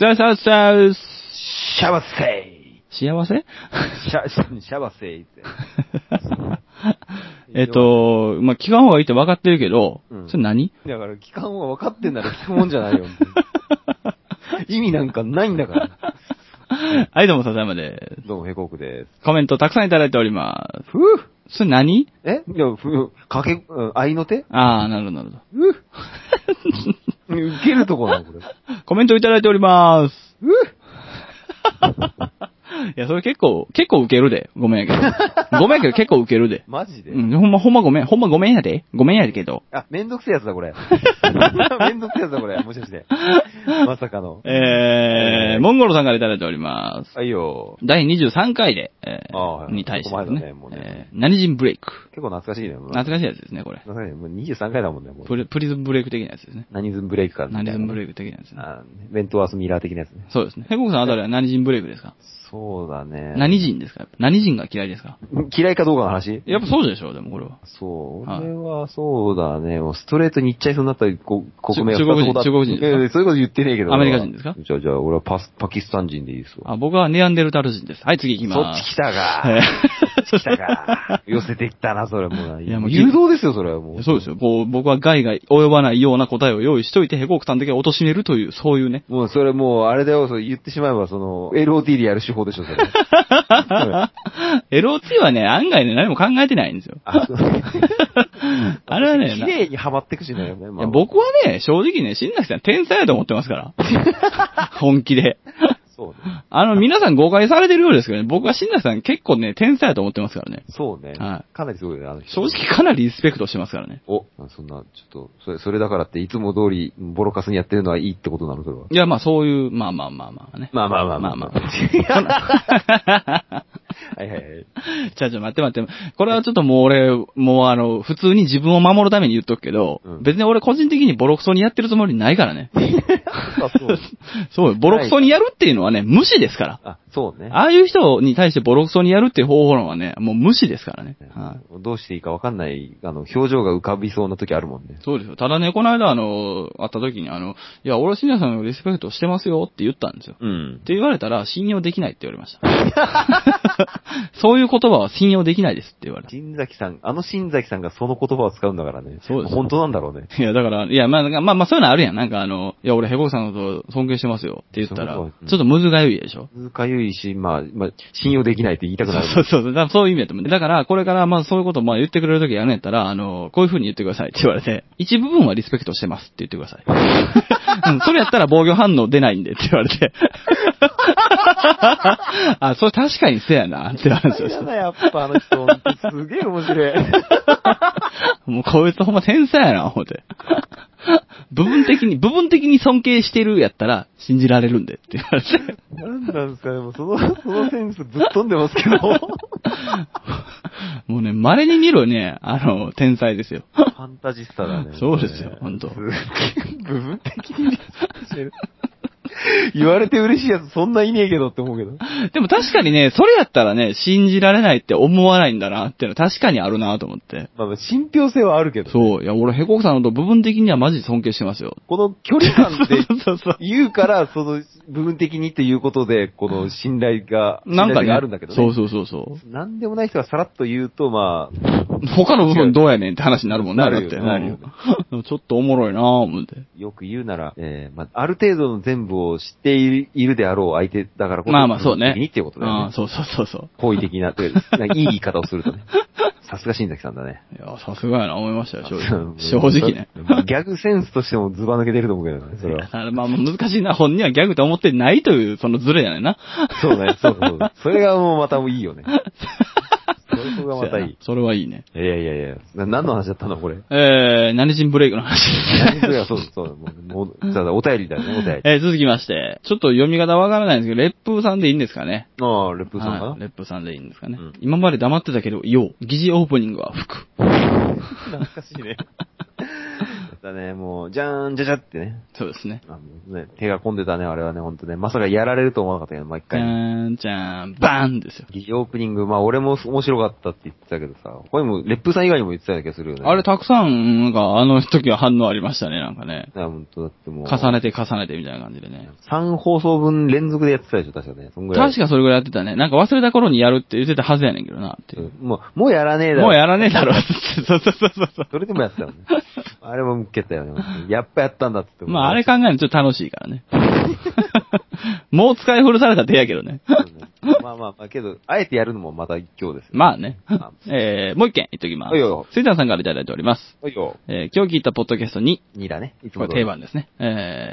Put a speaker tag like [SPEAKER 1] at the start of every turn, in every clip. [SPEAKER 1] さあさあさあ、
[SPEAKER 2] シャワセイ
[SPEAKER 1] 幸せ
[SPEAKER 2] シャ、シャシャワセイって。
[SPEAKER 1] えっと、まあ、聞かん方がいいって分かってるけど、
[SPEAKER 2] うん
[SPEAKER 1] それ何
[SPEAKER 2] だから、期間は分かってんなら聞くもんじゃない よ。意味なんかないんだから。
[SPEAKER 1] はい、どうも、笹山で
[SPEAKER 2] どうも、ヘコークです。
[SPEAKER 1] す。コメントたくさんいただいておりま
[SPEAKER 2] ふぅ
[SPEAKER 1] す。それ何
[SPEAKER 2] えいや、ふぅ、かけ、うん合いの手
[SPEAKER 1] ああ、なるほど、なるほ
[SPEAKER 2] ふぅ受けるとこなの、これ。
[SPEAKER 1] ど。コメントいただいております。
[SPEAKER 2] ふぅ
[SPEAKER 1] いや、それ結構、結構ウケるで。ごめんやけど。ごめんやけど結構ウケるで。
[SPEAKER 2] マジで、
[SPEAKER 1] うん、ほんま、ほんまごめん。ほんまごめんやで。ごめんやけど。
[SPEAKER 2] あ、めんどくせえやつだ、こ れ。めんどくせえやつだ、これ。もしか して。まさかの。
[SPEAKER 1] えー、モンゴルさんからいただいております。
[SPEAKER 2] あ、いいよ。
[SPEAKER 1] 第23回で、えー
[SPEAKER 2] ああはい
[SPEAKER 1] に対してですね
[SPEAKER 2] ここまでだねもうね
[SPEAKER 1] えー何人ブレイク。
[SPEAKER 2] 結構懐かしいね。もう
[SPEAKER 1] 懐かしいやつですね、これ。
[SPEAKER 2] 懐かしいね。もう23回だもんね、もう
[SPEAKER 1] プ。リプリズムブレイク的なやつですね。
[SPEAKER 2] 何ズンブレイクから
[SPEAKER 1] 何人ブレイ
[SPEAKER 2] ク。
[SPEAKER 1] ク的なやつね。
[SPEAKER 2] あーベントワースミラー的なやつね。
[SPEAKER 1] そうですね。ヘコクさんあたりは何人ブレイクですか
[SPEAKER 2] そうだね。
[SPEAKER 1] 何人ですか何人が嫌いですか
[SPEAKER 2] 嫌いかどうかの話
[SPEAKER 1] やっぱそうでしょう、でもこれは。
[SPEAKER 2] そう。
[SPEAKER 1] はい
[SPEAKER 2] 俺はそうだね。もうストレートに言っちゃいそうになったご国名は
[SPEAKER 1] 中国人
[SPEAKER 2] 二つほどあっ
[SPEAKER 1] 中国人ですか
[SPEAKER 2] いやいやそういうこと言ってねえけど。
[SPEAKER 1] アメリカ人ですか
[SPEAKER 2] じゃあ、じゃあ、俺はパス、パキスタン人でいいですわ。
[SPEAKER 1] あ、僕はネアンデルタル人です。はい、次行き
[SPEAKER 2] そっ
[SPEAKER 1] ま
[SPEAKER 2] ち
[SPEAKER 1] す。
[SPEAKER 2] 来た
[SPEAKER 1] え
[SPEAKER 2] か。そっち来たか。寄せてきたな、それもう。
[SPEAKER 1] いやもう
[SPEAKER 2] 誘導ですよ、それはもう。
[SPEAKER 1] そうですよ。こう、僕は害が及ばないような答えを用意しといて、ヘコクさんだけ貶めるという、そういうね。
[SPEAKER 2] もうそれもう、あれだよ、そう言ってしまえば、その、LOT でやる手法で しょ、それ。
[SPEAKER 1] LOT はね、案外ね、何も考えてないんですよ。
[SPEAKER 2] あそう
[SPEAKER 1] あれはね、
[SPEAKER 2] 綺
[SPEAKER 1] な
[SPEAKER 2] 麗にはまってくしね。
[SPEAKER 1] い
[SPEAKER 2] まあ
[SPEAKER 1] や僕はね、正直ね、新崎さん天才だと思ってます から。本気で。
[SPEAKER 2] そうね。
[SPEAKER 1] あの、皆さん誤解されてるようですけどね、僕は新崎さん結構ね、天才だと思ってますからね。
[SPEAKER 2] そうね。
[SPEAKER 1] は
[SPEAKER 2] かなりすごいね、あの人
[SPEAKER 1] 正直かなりリスペクトしてますからね。
[SPEAKER 2] お、そんな、ちょっと、それ、それだからって、いつも通り、ボロカスにやってるのはいいってことなの、それは。
[SPEAKER 1] いや、まあそういう、まあまあまあまあね。
[SPEAKER 2] まあまあまあ
[SPEAKER 1] まあまあ。
[SPEAKER 2] はいはいはい。
[SPEAKER 1] ちゃちゃ、待って待って。これはちょっともう俺、もうあの、普通に自分を守るために言っとくけど、
[SPEAKER 2] うん
[SPEAKER 1] 別に俺個人的にボロクソにやってるつもりない からね。
[SPEAKER 2] あ、そう。
[SPEAKER 1] そうよボロクソにやるっていうのはね、無視ですから。
[SPEAKER 2] あ、そうね。
[SPEAKER 1] ああいう人に対してボロクソにやるっていう方法論はね、もう無視ですからね。はい。
[SPEAKER 2] どうしていいかわかんない、あの、表情が浮かびそうな時あるもんね。
[SPEAKER 1] そうですよ。ただね、この間あの、会った時にあの、いや、俺は信也さんのリスペクトしてますよって言ったんですよ。
[SPEAKER 2] うん
[SPEAKER 1] っ。て言われたら、信用できないって言われました。 そういう言葉は信用できないですって言われた。
[SPEAKER 2] 新崎さん、あの新崎さんがその言葉を使うんだからね。
[SPEAKER 1] そうです
[SPEAKER 2] 本当なんだろうね。
[SPEAKER 1] いや、だから、いや、まあ、まあ、まあ、そういうのあるやん。なんか、あの、いや、俺、ヘコクさんのこと尊敬してますよって言ったら、ち
[SPEAKER 2] そう
[SPEAKER 1] ょ
[SPEAKER 2] そううん
[SPEAKER 1] っとむずがゆいでしょ。
[SPEAKER 2] かゆいし、まあ、まあ、信用できないって言いたくなる。
[SPEAKER 1] そうそうそう。だからそういう意味だと思う。だから、これから、まあ、そういうことをまあ言ってくれるときやるんやったら、あの、こういう風に言ってくださいって言われて、一部分はリスペクトしてますって言ってください。うん、それやったら防御反応出ないんでって言われ て。あ、それ確かにせやなって言われて。
[SPEAKER 2] だ、 やっぱあの人。すげえ面白い。
[SPEAKER 1] もうこいつほんま天才やな、思って。部分的に、部分的に尊敬してるやったら信じられるんでって言われて。
[SPEAKER 2] なんなんですかね、もうその、 そのセンスぶっ飛んでますけど。
[SPEAKER 1] もうね、稀に見るね、あの、天才ですよ。
[SPEAKER 2] ファンタジスタだね。
[SPEAKER 1] そうですよほんと
[SPEAKER 2] すっげえ部分的にリスペクトしてる。 言われて嬉しいやつそんないねえけどって思うけど。
[SPEAKER 1] でも確かにね、それやったらね、信じられないって思わないんだなっていうのは確かにあるなと思って。
[SPEAKER 2] まあまあ、信憑性はあるけど。
[SPEAKER 1] そう。いや、俺、ヘコクさんのこと部分的にはマジ尊敬してますよ。
[SPEAKER 2] この距離感で
[SPEAKER 1] そうそうそう。
[SPEAKER 2] 言うから、その部分的にっていうことで、この信頼が、
[SPEAKER 1] なん
[SPEAKER 2] 信
[SPEAKER 1] か
[SPEAKER 2] 頼性
[SPEAKER 1] ね、
[SPEAKER 2] があるんだけどね。
[SPEAKER 1] そうそうそうそう。
[SPEAKER 2] なんでもない人がさらっと言うと、まあ、
[SPEAKER 1] 他の部分どうやねんって話になるもんね、
[SPEAKER 2] な
[SPEAKER 1] だ
[SPEAKER 2] る
[SPEAKER 1] っ
[SPEAKER 2] よ
[SPEAKER 1] て。
[SPEAKER 2] なるよ
[SPEAKER 1] うんちょっとおもろいなぁ、思って。
[SPEAKER 2] よく言うなら、えーまあ、ある程度の全部を知っているいるであろう相手だからこそ
[SPEAKER 1] まあまあ、そう
[SPEAKER 2] 部分
[SPEAKER 1] ね。
[SPEAKER 2] 的にっていうことだよね。
[SPEAKER 1] ああそうそうそうそう。
[SPEAKER 2] 好意的な、というなんかいい言い方をする とね。さすが新崎さんだね。。
[SPEAKER 1] いや、さすがやな、思いましたよ、正直 正直ね。
[SPEAKER 2] ギャグセンスとしてもズバ抜けてると思うけどね、それは。
[SPEAKER 1] あれまあ、難しいな。本人はギャグと思ってないという、そのズレやねんな。
[SPEAKER 2] そうね、そうそう。それがもうまたいいよね。それがまたいい。
[SPEAKER 1] それはいいね。
[SPEAKER 2] いやいやいや、な何の話だったのこれ。
[SPEAKER 1] えー、何人ブレイクの話です
[SPEAKER 2] それはそうそう。もうもう、ただお便りだよね、お便り。
[SPEAKER 1] えー続きまして、ちょっと読み方わからないんですけど、レップーさんでいいんですかね。
[SPEAKER 2] ああ、レップさんか
[SPEAKER 1] はいレップーさんでいいんですかね。
[SPEAKER 2] うん
[SPEAKER 1] 今まで黙 ってたけど、よう、疑似オープニングは吹く。
[SPEAKER 2] な懐かしいね。だね、もう、じゃーん、じゃじゃってね。
[SPEAKER 1] そうですね。
[SPEAKER 2] あのね手が込んでたね、あれはね、ほんとね。まさかやられると思わなかったけど、毎
[SPEAKER 1] じゃ
[SPEAKER 2] 回。
[SPEAKER 1] ーん、じゃーん、バーンですよ。
[SPEAKER 2] いいオープニング、まあ俺も面白かったって言ってたけどさ、これも、レップさん以外にも言ってたような気がするよね。
[SPEAKER 1] あれたくさん、なんか、あの時は反応ありましたね、なんかね。
[SPEAKER 2] だ本当だってもう。
[SPEAKER 1] 重ねて重ねてみたいな感じでね。
[SPEAKER 2] 3放送分連続でやってたでしょ、確かね。そんぐらい。
[SPEAKER 1] 確かそれぐらいやってたね。なんか忘れた頃にやるって言ってたはずやねんけどな、っていう。
[SPEAKER 2] うんもう、もうやらねえだろ。
[SPEAKER 1] もうやらねえだ ろ、つって。そうそうそうそう。
[SPEAKER 2] それでもやってたよね。 あれも受けたよね。やっぱやったんだっつって。
[SPEAKER 1] まあ、あれ考えるのちょっと楽しいからね。もう使い古された手やけどね。
[SPEAKER 2] まあまあまあ、けど、あえてやるのもまた一挙ですよ。
[SPEAKER 1] まあね
[SPEAKER 2] あ。
[SPEAKER 1] えー、もう一件言っときます。
[SPEAKER 2] はいよ
[SPEAKER 1] スイダンさんからいただいております。
[SPEAKER 2] おいよ。
[SPEAKER 1] えー、今日聞いたポッドキャストに、
[SPEAKER 2] 2だね。いつ
[SPEAKER 1] こ
[SPEAKER 2] も
[SPEAKER 1] れ
[SPEAKER 2] 通
[SPEAKER 1] 定
[SPEAKER 2] り。
[SPEAKER 1] 番ですね。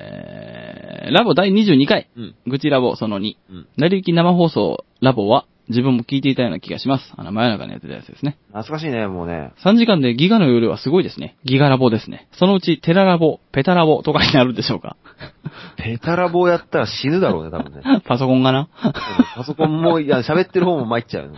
[SPEAKER 1] えー、ラボ第22回、
[SPEAKER 2] うん。
[SPEAKER 1] 愚痴ラボその2、
[SPEAKER 2] うん。
[SPEAKER 1] なりゆき生放送ラボは、自分も聞いていたような気がします。あの、真夜中にやってたやつですね。
[SPEAKER 2] 懐かしいね、もうね。
[SPEAKER 1] 3時間でギガの容量はすごいですね。ギガラボですね。そのうちテララボ、ペタラボとかになるんでしょうか。
[SPEAKER 2] ペタラボやったら死ぬだろうね、多分ね。うん
[SPEAKER 1] パソコンかな
[SPEAKER 2] パソコンも、いや、喋ってる方も参っちゃうよね。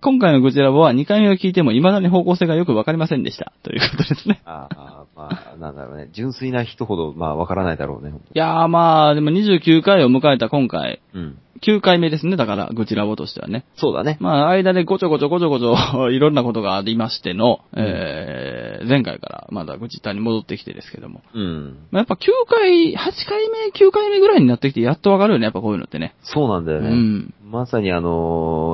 [SPEAKER 1] 今回のグジラボは2回目を聞いても未だに方向性がよくわかりませんでした。ということですね。
[SPEAKER 2] ああ、まあ、なんだろうね。純粋な人ほど、まあ、わからないだろうね。
[SPEAKER 1] いやーまあ、でも29回を迎えた今回、
[SPEAKER 2] うん。
[SPEAKER 1] 9回目ですね、だから、グチラボとしてはね。
[SPEAKER 2] そうだね。
[SPEAKER 1] まあ、間でごちょごちょごちょごちょ、 いろんなことがありましての、えー、前回からまだグチタに戻ってきてですけども。
[SPEAKER 2] うん。
[SPEAKER 1] まあ、やっぱ9回、8回目、9回目ぐらいになってきて、やっとわかるよね、やっぱこういうのってね。
[SPEAKER 2] そうなんだ
[SPEAKER 1] う
[SPEAKER 2] よね。
[SPEAKER 1] ん。
[SPEAKER 2] まさにあの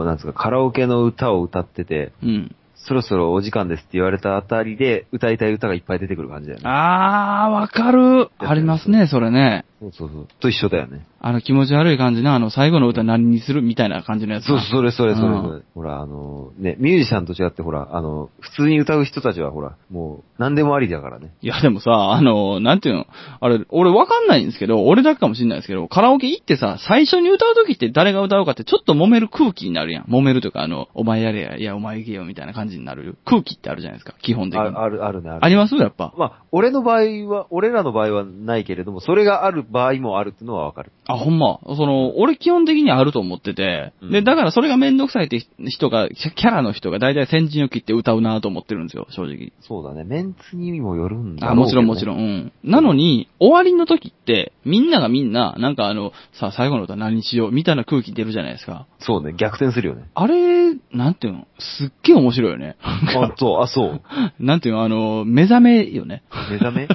[SPEAKER 2] ーなんですか、カラオケの歌を歌ってて、
[SPEAKER 1] うん。
[SPEAKER 2] そろそろお時間ですって言われたあたりで、歌いたい歌がいっぱい出てくる感じだよね。
[SPEAKER 1] あー、わかる。ありますね、それね。
[SPEAKER 2] そうそうそう。と一緒だよね。
[SPEAKER 1] あの気持ち悪い感じの、あの最後の歌何にするみたいな感じのやつな。
[SPEAKER 2] そう、それそれそれ
[SPEAKER 1] う
[SPEAKER 2] それ。
[SPEAKER 1] ん
[SPEAKER 2] ほら、あのーね、ミュージシャンと違ってほら、あのー普通に歌う人たちはほら、もう、何でもありだからね。
[SPEAKER 1] いや、でもさ、あの、なんていうの、あれ、俺わかんないんですけど、俺だけかもしんないですけど、カラオケ行ってさ、最初に歌う時って誰が歌うかってちょっと揉める空気になるやん。揉めるというか、あの、お前やれや、いや、お前行けよ、みたいな感じになる空気ってあるじゃないですか、基本的に。
[SPEAKER 2] あある、あるね、ある。
[SPEAKER 1] ありますやっぱ。
[SPEAKER 2] まあ、俺の場合は、俺らの場合はないけれども、それがある場合もあるってのはわかる。
[SPEAKER 1] あ、ほんま。その、俺基本的にあると思ってて、
[SPEAKER 2] うん
[SPEAKER 1] で、だからそれがめんどくさいって人が、キャキャラの人が大体先陣を切って歌うなと思ってるんですよ、正直。
[SPEAKER 2] そうだね。メンツにもよるんだろ
[SPEAKER 1] あ、
[SPEAKER 2] う
[SPEAKER 1] もちろんもち
[SPEAKER 2] ん。
[SPEAKER 1] ろん。うん。なのに、終わりの時って、みんながみんな、なんかあの、さあ、最後の歌何にしよう、みたいな空気出るじゃないですか。
[SPEAKER 2] そうね、逆転するよね。
[SPEAKER 1] あれ、なんていうのすっげえ面白いよね。
[SPEAKER 2] あ、そう、あ、そう。
[SPEAKER 1] なんていうのあの、目覚めよね。
[SPEAKER 2] 目覚め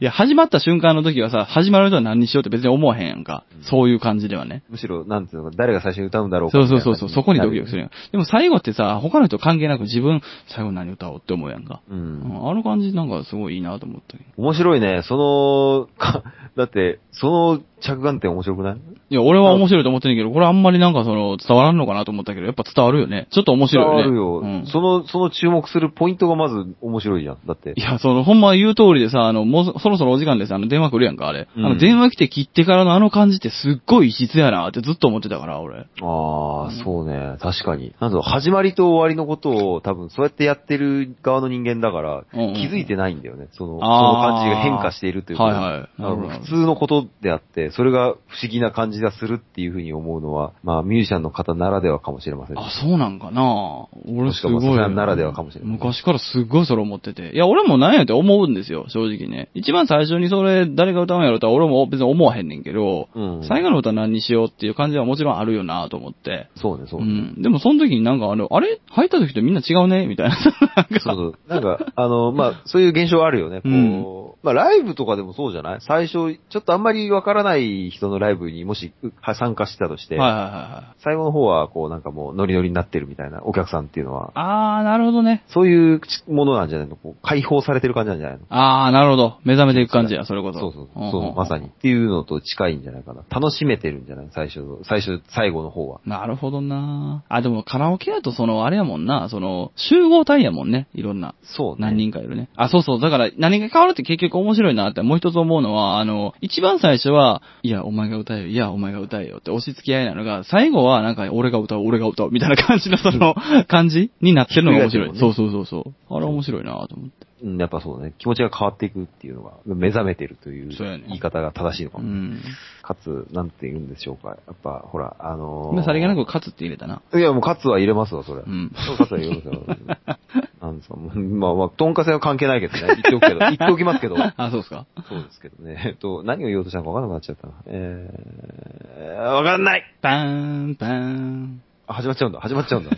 [SPEAKER 1] いや、始まった瞬間の時はさ、始まる人は何にしようって別に思わへんやんか。
[SPEAKER 2] うん
[SPEAKER 1] そういう感じではね。
[SPEAKER 2] むしろ、なんていうのか、誰が最初に歌うんだろうか
[SPEAKER 1] そう
[SPEAKER 2] みた
[SPEAKER 1] そ
[SPEAKER 2] いうな
[SPEAKER 1] そ
[SPEAKER 2] 感
[SPEAKER 1] う
[SPEAKER 2] じ
[SPEAKER 1] そう、
[SPEAKER 2] になるよ
[SPEAKER 1] そこにドキド
[SPEAKER 2] ね。
[SPEAKER 1] キするやん。でも最後ってさ、他の人関係なく自分、最後何歌おうって思うやんか。
[SPEAKER 2] う。
[SPEAKER 1] うんん、あの感じなんかすごいいいなと思ったけど。
[SPEAKER 2] 面白いね。その、か、だって、その着眼点面白くない
[SPEAKER 1] いや、俺は面白いと思ってんねんけど、これあんまりなんかその、伝わらんのかなと思ったけど、やっぱ伝わるよね。ちょっと面白いよね。
[SPEAKER 2] あるよ、
[SPEAKER 1] うん
[SPEAKER 2] その、その注目するポイントがまず面白いじゃん。だって
[SPEAKER 1] い。や、その、ほんま言う通りでさ、あの、もうそそろそろお時間です。あの、電話来るやんか、あれ。
[SPEAKER 2] うん
[SPEAKER 1] あの、電話来て切ってからのあの感じってすっごい異質やなってずっと思ってたから、俺。
[SPEAKER 2] あ
[SPEAKER 1] うん
[SPEAKER 2] あ、そうね。確かに。なんだろう、始まりと終わりのことを多分そうやってやってる側の人間だから、
[SPEAKER 1] うんうんうん
[SPEAKER 2] 気づいてないんだよね。その、その
[SPEAKER 1] あー
[SPEAKER 2] 感じが変化しているというか、
[SPEAKER 1] はいはい
[SPEAKER 2] あ
[SPEAKER 1] な
[SPEAKER 2] の
[SPEAKER 1] るほど
[SPEAKER 2] 普通のことであって、それが不思議な感じがするっていうふうに思うのは、まあ、ミュージシャンの方ならではかもしれません。
[SPEAKER 1] あ、そうなんかな俺
[SPEAKER 2] も
[SPEAKER 1] す
[SPEAKER 2] し
[SPEAKER 1] ごい。
[SPEAKER 2] かもさすがならではかもしれない
[SPEAKER 1] 昔からすっごいそれ思ってて。いや、俺もなんやって思うんですよ、正直ね。一番最初にそれ、誰が歌うんやろって俺も別に思わへんねんけど、
[SPEAKER 2] うん。
[SPEAKER 1] 最後の歌何にしようっていう感じはもちろんあるよなと思って。
[SPEAKER 2] そうね、そう
[SPEAKER 1] う
[SPEAKER 2] ね。
[SPEAKER 1] ん。でもその時になんかあの、あれ入った時とみんな違うねみたいな。なん
[SPEAKER 2] そう
[SPEAKER 1] か
[SPEAKER 2] そう。なんか、あの、まあ、そういう現象あるよね。こう、まあ、ライブとかでもそうじゃない最初、ちょっとあんまりわからない人のライブにもしうは参加してたとして、
[SPEAKER 1] はいはいはいはい。
[SPEAKER 2] 最後の方は、こう、なんかもうノリノリになってるみたいな、お客さんっていうのは、
[SPEAKER 1] あー、なるほどね。
[SPEAKER 2] そういうものなんじゃないのこう、解放されてる感じなんじゃないの
[SPEAKER 1] あー、なるほど。目覚めていく感じや、それこそ。
[SPEAKER 2] そうそう、
[SPEAKER 1] んんん
[SPEAKER 2] そう、まさに。っ。ていうのと近いんじゃないかな。楽しめてるんじゃない最初の、最初、最後の方は。
[SPEAKER 1] なるほどなあ、でもカラオケやとその、あれやもんな、その、集合体やもんね。いろんな。
[SPEAKER 2] そうね。
[SPEAKER 1] 何人かいるね。あ、そうそう。だから、何が変わるって結局面白いなって、もう一つ思うのは、あの、一番最初は、いや、お前が歌えよ、いや、お前が歌えよって押し付け合いなのが、最後は、なんか、俺が歌う、俺が歌う、みたいな感じの、そ の、感じになってるのが面白い。
[SPEAKER 2] ひっくり
[SPEAKER 1] そう
[SPEAKER 2] 返
[SPEAKER 1] そうそうそう。あれ面白いなと思って。
[SPEAKER 2] うん、やっぱそうね。気持ちが変わっていくっていうのが、目覚めてるという
[SPEAKER 1] そうやね
[SPEAKER 2] 言い方が正しいのか
[SPEAKER 1] う
[SPEAKER 2] も。
[SPEAKER 1] ん。
[SPEAKER 2] かつ、なんて言うんでしょうか。やっぱ、ほら、あのー
[SPEAKER 1] 今、さりげなく勝つって入れたな。
[SPEAKER 2] いや、もうカツは入れますわ、それ。
[SPEAKER 1] うん。
[SPEAKER 2] カツは入れますよ。あのンさんも、まあまあ、とんかつ屋は関係ないけどね。言っておくけど、言っておきますけど。
[SPEAKER 1] あ、そうですか
[SPEAKER 2] そうですけどね。 えっと、何を言おうとしたのか分かんなくなっちゃったな。えー、わかんない
[SPEAKER 1] パーン、パーン。
[SPEAKER 2] あ始まっちゃうんだ、始まっち ゃうんだ。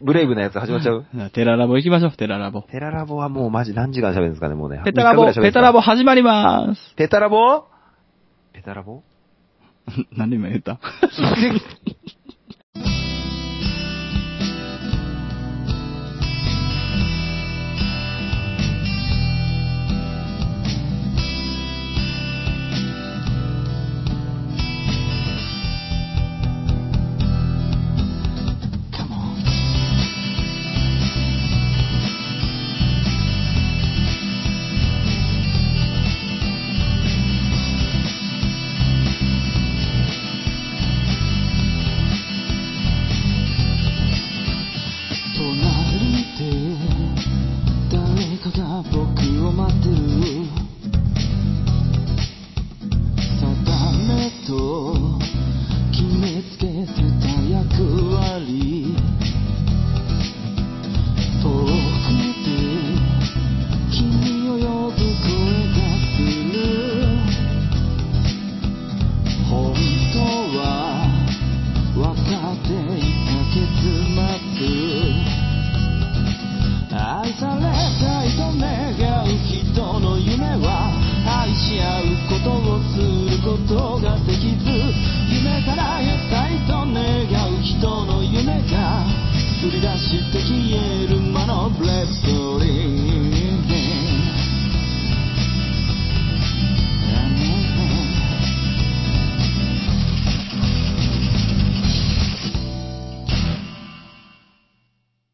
[SPEAKER 2] ブレイブなやつ始まっちゃう
[SPEAKER 1] じゃあテララボ行きましょう、テララボ。
[SPEAKER 2] ペタラボはもうマジ何時間喋るんですかね、もうね。
[SPEAKER 1] ペタラボ、
[SPEAKER 2] 三日ぐら
[SPEAKER 1] ペ
[SPEAKER 2] い喋
[SPEAKER 1] タ
[SPEAKER 2] る
[SPEAKER 1] ラ
[SPEAKER 2] んで
[SPEAKER 1] ボ始まりまー
[SPEAKER 2] すか。ペタラボペタラボ
[SPEAKER 1] す。 何で今言 った
[SPEAKER 3] 隣で誰かが僕を待ってる定めと決めつけてた役割遠くで君を呼ぶ声がする本当は分かっていた結末愛されたいと願う人の夢は愛し合うことをすることができず夢から得たいと願う人の夢がすり出して消える魔のブレイブストーリー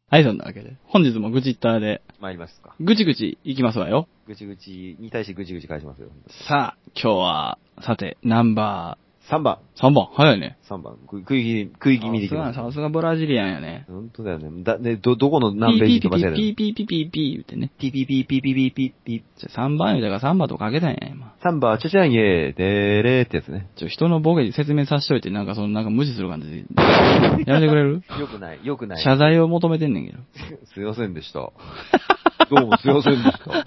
[SPEAKER 1] はい、そんなわけで。本日もグチッターで、
[SPEAKER 2] 参りますか。
[SPEAKER 1] ぐちぐち行きますわよ。
[SPEAKER 2] ぐちぐちに対してぐちぐち返しますよ。
[SPEAKER 1] さあ、今日は、さて、ナンバ
[SPEAKER 2] 3番。
[SPEAKER 1] ー、3番、早いね。
[SPEAKER 2] 3番。食い食い気味、食い気味でいきま
[SPEAKER 1] さ
[SPEAKER 2] す。
[SPEAKER 1] すがさすがブラジリアンやね。
[SPEAKER 2] 本当だよね。だ、ね、ど、どこの何ページと間違えたの
[SPEAKER 1] ピーピーピーピーピーピーピー言ってね。
[SPEAKER 2] ピーピーピーピーピーピーピーピー。
[SPEAKER 1] じゃあ3番言うたから3番とかけたんやね、今。
[SPEAKER 2] サンバ、チャチャンイエー、でーれーってやつね。
[SPEAKER 1] ちょ、人のボケで説明させといて、なんかその、なんか無視する感じで。やめてくれる
[SPEAKER 2] よくない、よくない。
[SPEAKER 1] 謝罪を求めてんねんけど。
[SPEAKER 2] すいませんでした。どうもすいませんでした。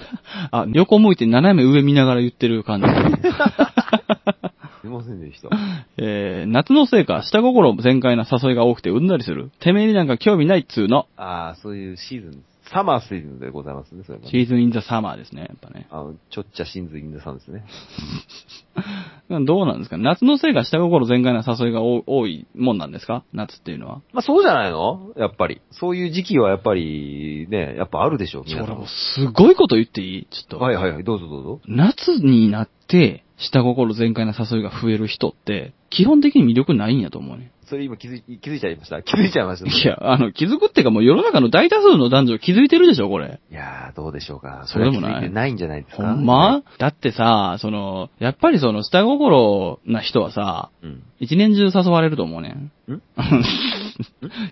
[SPEAKER 1] あ、横向いて斜め上見ながら言ってる感じ。
[SPEAKER 2] すいませんでした。
[SPEAKER 1] えー、夏のせいか、下心全開な誘いが多くてうんざりする。てめえになんか興味ないっつうの。
[SPEAKER 2] ああ、そういうシーズン、サマーシーズンでございますね、それもね
[SPEAKER 1] シーズンインザサマーですね、やっぱね。
[SPEAKER 2] あの、ちょっちゃ真髄犬さんですね。
[SPEAKER 1] どうなんですか夏のせいか下心全開な誘いが多多いもんなんですか夏っていうのは。
[SPEAKER 2] まあそうじゃないのやっぱり。そういう時期はやっぱり、ね、やっぱあるでしょう、
[SPEAKER 1] そ
[SPEAKER 2] 皆
[SPEAKER 1] れ
[SPEAKER 2] さん
[SPEAKER 1] もうすごいこと言っていいちょっと。
[SPEAKER 2] はいはいはい、どうぞどうぞ。
[SPEAKER 1] 夏になって、下心全開な誘いが増える人って、基本的に魅力ないんやと思うね。
[SPEAKER 2] それ今気づい、気づいちゃいました気づいちゃいました
[SPEAKER 1] いや、あの、気づくっていうかもう世の中の大多数の男女気づいてるでしょ、これ。
[SPEAKER 2] いやー、どうでしょうか。
[SPEAKER 1] そうでもない
[SPEAKER 2] それは気づいてないんじゃないです
[SPEAKER 1] ほ
[SPEAKER 2] か。
[SPEAKER 1] んまだってさ、その、やっぱりその、下心な人はさ、
[SPEAKER 2] うん。
[SPEAKER 1] 一年中誘われると思うねん。
[SPEAKER 2] ん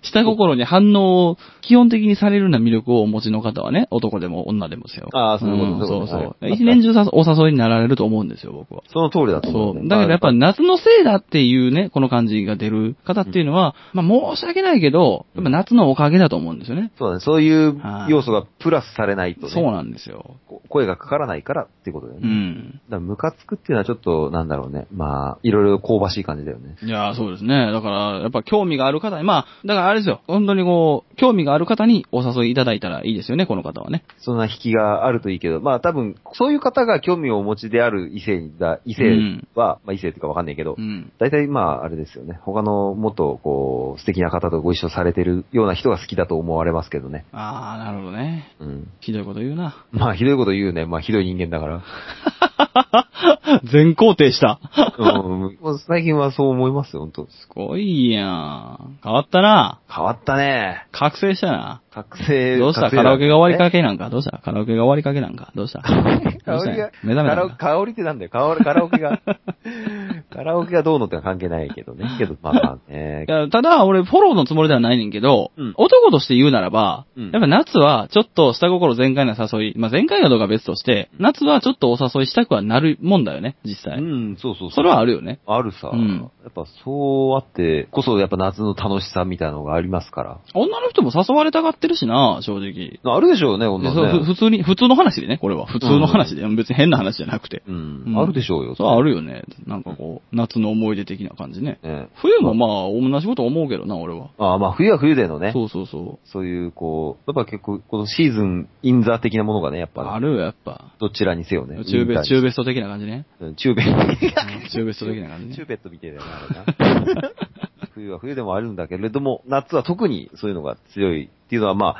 [SPEAKER 1] 下心に反応を基本的にされるような魅力をお持ちの方はね、男でも女でもですよ。
[SPEAKER 2] あーそういうこと
[SPEAKER 1] ん
[SPEAKER 2] そういう
[SPEAKER 1] そ
[SPEAKER 2] こ
[SPEAKER 1] う
[SPEAKER 2] と
[SPEAKER 1] そう。
[SPEAKER 2] はい
[SPEAKER 1] 一年中さお誘いになられると思うんですよ、僕は。
[SPEAKER 2] その通りだと思、
[SPEAKER 1] そうう。だけどやっぱ
[SPEAKER 2] り、
[SPEAKER 1] 夏のせいだっていうね、この感じが出る方っていうのは、まあ申し訳ないけど、やっぱ夏のおかげだと思うんですよね。
[SPEAKER 2] そうだね。そういう
[SPEAKER 1] はい
[SPEAKER 2] 要素がプラスされないとね。
[SPEAKER 1] そうなんですよ。
[SPEAKER 2] こ声がかからないからってことだよ
[SPEAKER 1] う
[SPEAKER 2] ね。
[SPEAKER 1] ん。
[SPEAKER 2] だからムカつくっていうのはちょっと、なんだろうね。まあ、いろいろ香ばしい感じだよね。
[SPEAKER 1] いやーそうですね。だから、やっぱ興味がある方に、まあ、だからあれですよ。本当にこう、興味がある方にお誘いいただいたらいいですよね、この方はね。
[SPEAKER 2] そんな引きがあるといいけど、まあ多分、そういう方が興味をお持ちである異性だ、異性は、まあ異性っていうかわかんないけど
[SPEAKER 1] う、ん。
[SPEAKER 2] 大体まああれですよね。他のもっとこう、素敵な方とご一緒されてるような人が好きだと思われますけどね。
[SPEAKER 1] あー、なるほどね。
[SPEAKER 2] うん。
[SPEAKER 1] ひどいこと言うな。
[SPEAKER 2] まあひどいこと言うね。まあひどい人間だから。
[SPEAKER 1] 全肯定した。
[SPEAKER 2] うん、もう最近はそう思いますよ、本当
[SPEAKER 1] すごいやん。変わったな。
[SPEAKER 2] 変わったね。
[SPEAKER 1] 覚醒したな。
[SPEAKER 2] 覚醒。
[SPEAKER 1] どうした
[SPEAKER 2] 覚醒
[SPEAKER 1] カラオケが終わりか
[SPEAKER 2] け
[SPEAKER 1] けなんかどうしたカラオケが終わりかけ なんかどうしたどう
[SPEAKER 2] 香
[SPEAKER 1] した
[SPEAKER 2] りが、
[SPEAKER 1] 目覚めた
[SPEAKER 2] カラ
[SPEAKER 1] の
[SPEAKER 2] オ香りってなんだよ、カラカラオケが。カラオケがどうのってのは関係ないけどね。けど、まあまあね
[SPEAKER 1] い。やただ、俺、フォローのつもりではないねんけど、
[SPEAKER 2] うん
[SPEAKER 1] 男として言うならば、
[SPEAKER 2] うん
[SPEAKER 1] やっぱ夏は、ちょっと下心全開な誘い、まあ、全開かどうかは別として、夏はちょっとお誘いしたくはなるもんだよね、実際。
[SPEAKER 2] うん、そうそうう。
[SPEAKER 1] それはあるよね。
[SPEAKER 2] あるさ。
[SPEAKER 1] うん
[SPEAKER 2] やっぱそうあって、こそやっぱ夏の楽しさみたいなのがありますから。
[SPEAKER 1] 女の人も誘われたがってるしな、正直。
[SPEAKER 2] あるでしょうね、女
[SPEAKER 1] そうふ
[SPEAKER 2] ね。
[SPEAKER 1] 普通に、普通の話でね、これは。普通の話で、別に変な話じゃなくて。
[SPEAKER 2] うん、
[SPEAKER 1] うん
[SPEAKER 2] あるでしょうよ。
[SPEAKER 1] そうあ
[SPEAKER 2] る。
[SPEAKER 1] るよね。なんかこう、夏の思い出的な感じね。
[SPEAKER 2] ね、
[SPEAKER 1] 冬もまあ、同じこと思うけどな、俺は。
[SPEAKER 2] ああ、まあ冬は冬でのね。
[SPEAKER 1] そうそうそ
[SPEAKER 2] そういう、こう、やっぱ結構、このシーズン、インザー的なものがね、やっ
[SPEAKER 1] う。あ
[SPEAKER 2] ぱ、
[SPEAKER 1] るよ、やっぱ。
[SPEAKER 2] どちらにせよね。
[SPEAKER 1] 中
[SPEAKER 2] インタ
[SPEAKER 1] ベ、
[SPEAKER 2] ー
[SPEAKER 1] 中ベスト的な感じね。
[SPEAKER 2] うん中米。
[SPEAKER 1] うん中ベスト的な感じ
[SPEAKER 2] チ
[SPEAKER 1] ね。
[SPEAKER 2] ューペットみたいだよな、あれ な。冬は冬でもあるんだけれども、夏は特にそういうのが強いっていうのは、まあ、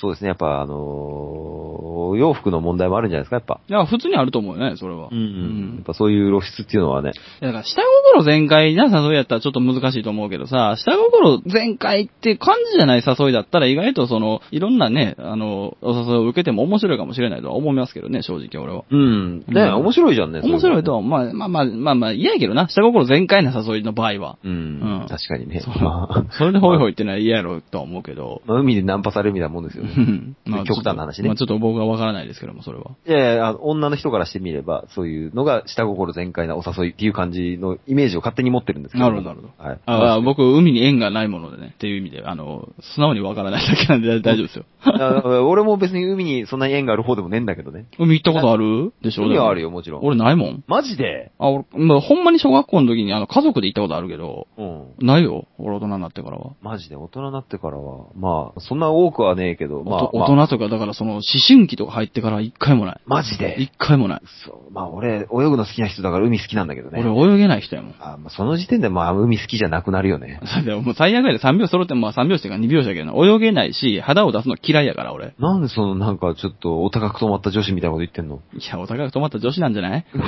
[SPEAKER 2] そうですね、やっぱ、あのーお洋服の問題もあるんじゃないですか、やっぱ。
[SPEAKER 1] いや、普通にあると思うよね、それは。
[SPEAKER 2] うんやっぱそういう露出っていうのはね。
[SPEAKER 1] いやだから、下心全開な誘いやったらちょっと難しいと思うけどさ、下心全開って感じじゃない誘いだったら意外とその、いろんなね、あの、お誘いを受けても面白いかもしれないとは思いますけどね、正直俺は。
[SPEAKER 2] うん。ね、
[SPEAKER 1] うん
[SPEAKER 2] 面白いじゃんね。それは
[SPEAKER 1] 面白いとは、まあまあまあ、まあまあ、嫌やけどな、下心全開な誘いの場合は。
[SPEAKER 2] うん
[SPEAKER 1] うん。
[SPEAKER 2] 確かにね。
[SPEAKER 1] そう
[SPEAKER 2] ま
[SPEAKER 1] それでホイホ イってのは嫌やろとは思うけど。
[SPEAKER 2] あ、海でナンパされるみたいなもんですよね。
[SPEAKER 1] まあ
[SPEAKER 2] 極端な話ね
[SPEAKER 1] まあちょっと僕はわからないですけども、それは。
[SPEAKER 2] いやいや、あの女の人からしてみれば、そういうのが下心全開なお誘いっていう感じのイメージを勝手に持ってるんですけど。
[SPEAKER 1] なるほどなるほ
[SPEAKER 2] ど。はい。
[SPEAKER 1] ああ僕、海に縁がないものでね、っていう意味で、あの、素直にわからないだけなんで大大丈夫ですよ。
[SPEAKER 2] あ俺も別に海にそんなに縁がある方でもねえんだけどね。
[SPEAKER 1] 海行ったことあるでしょ
[SPEAKER 2] 海はある
[SPEAKER 1] よ。
[SPEAKER 2] よ、もちろん。
[SPEAKER 1] 俺ないもん。
[SPEAKER 2] マジで
[SPEAKER 1] あ、俺、まあ、ほんまに小学校の時に、あの、家族で行ったことあるけど、
[SPEAKER 2] うん。
[SPEAKER 1] ないよ。俺大人になってからは。
[SPEAKER 2] マジで、大人になってからは、まあ、そんな多くはねえけど、まあ
[SPEAKER 1] お、と
[SPEAKER 2] まあ
[SPEAKER 1] 大人とか、だからその、思春期とか入ってから一回もない。
[SPEAKER 2] マジで
[SPEAKER 1] 一回もない。
[SPEAKER 2] そう、まあ俺、泳ぐの好きな人だから海好きなんだけどね。
[SPEAKER 1] 俺泳げない人やもん。
[SPEAKER 2] あまあ、その時点でまあ、海好きじゃなくなるよね。
[SPEAKER 1] だってもう最悪やで3秒揃っても、まあ3秒してから2秒してけどな、泳げないし、肌を出すの嫌いやから俺。
[SPEAKER 2] なんでそのなんかちょっとお高く止まった女子みたいなこと言ってんの
[SPEAKER 1] いや、お互い止まった女子なんじゃない
[SPEAKER 2] そ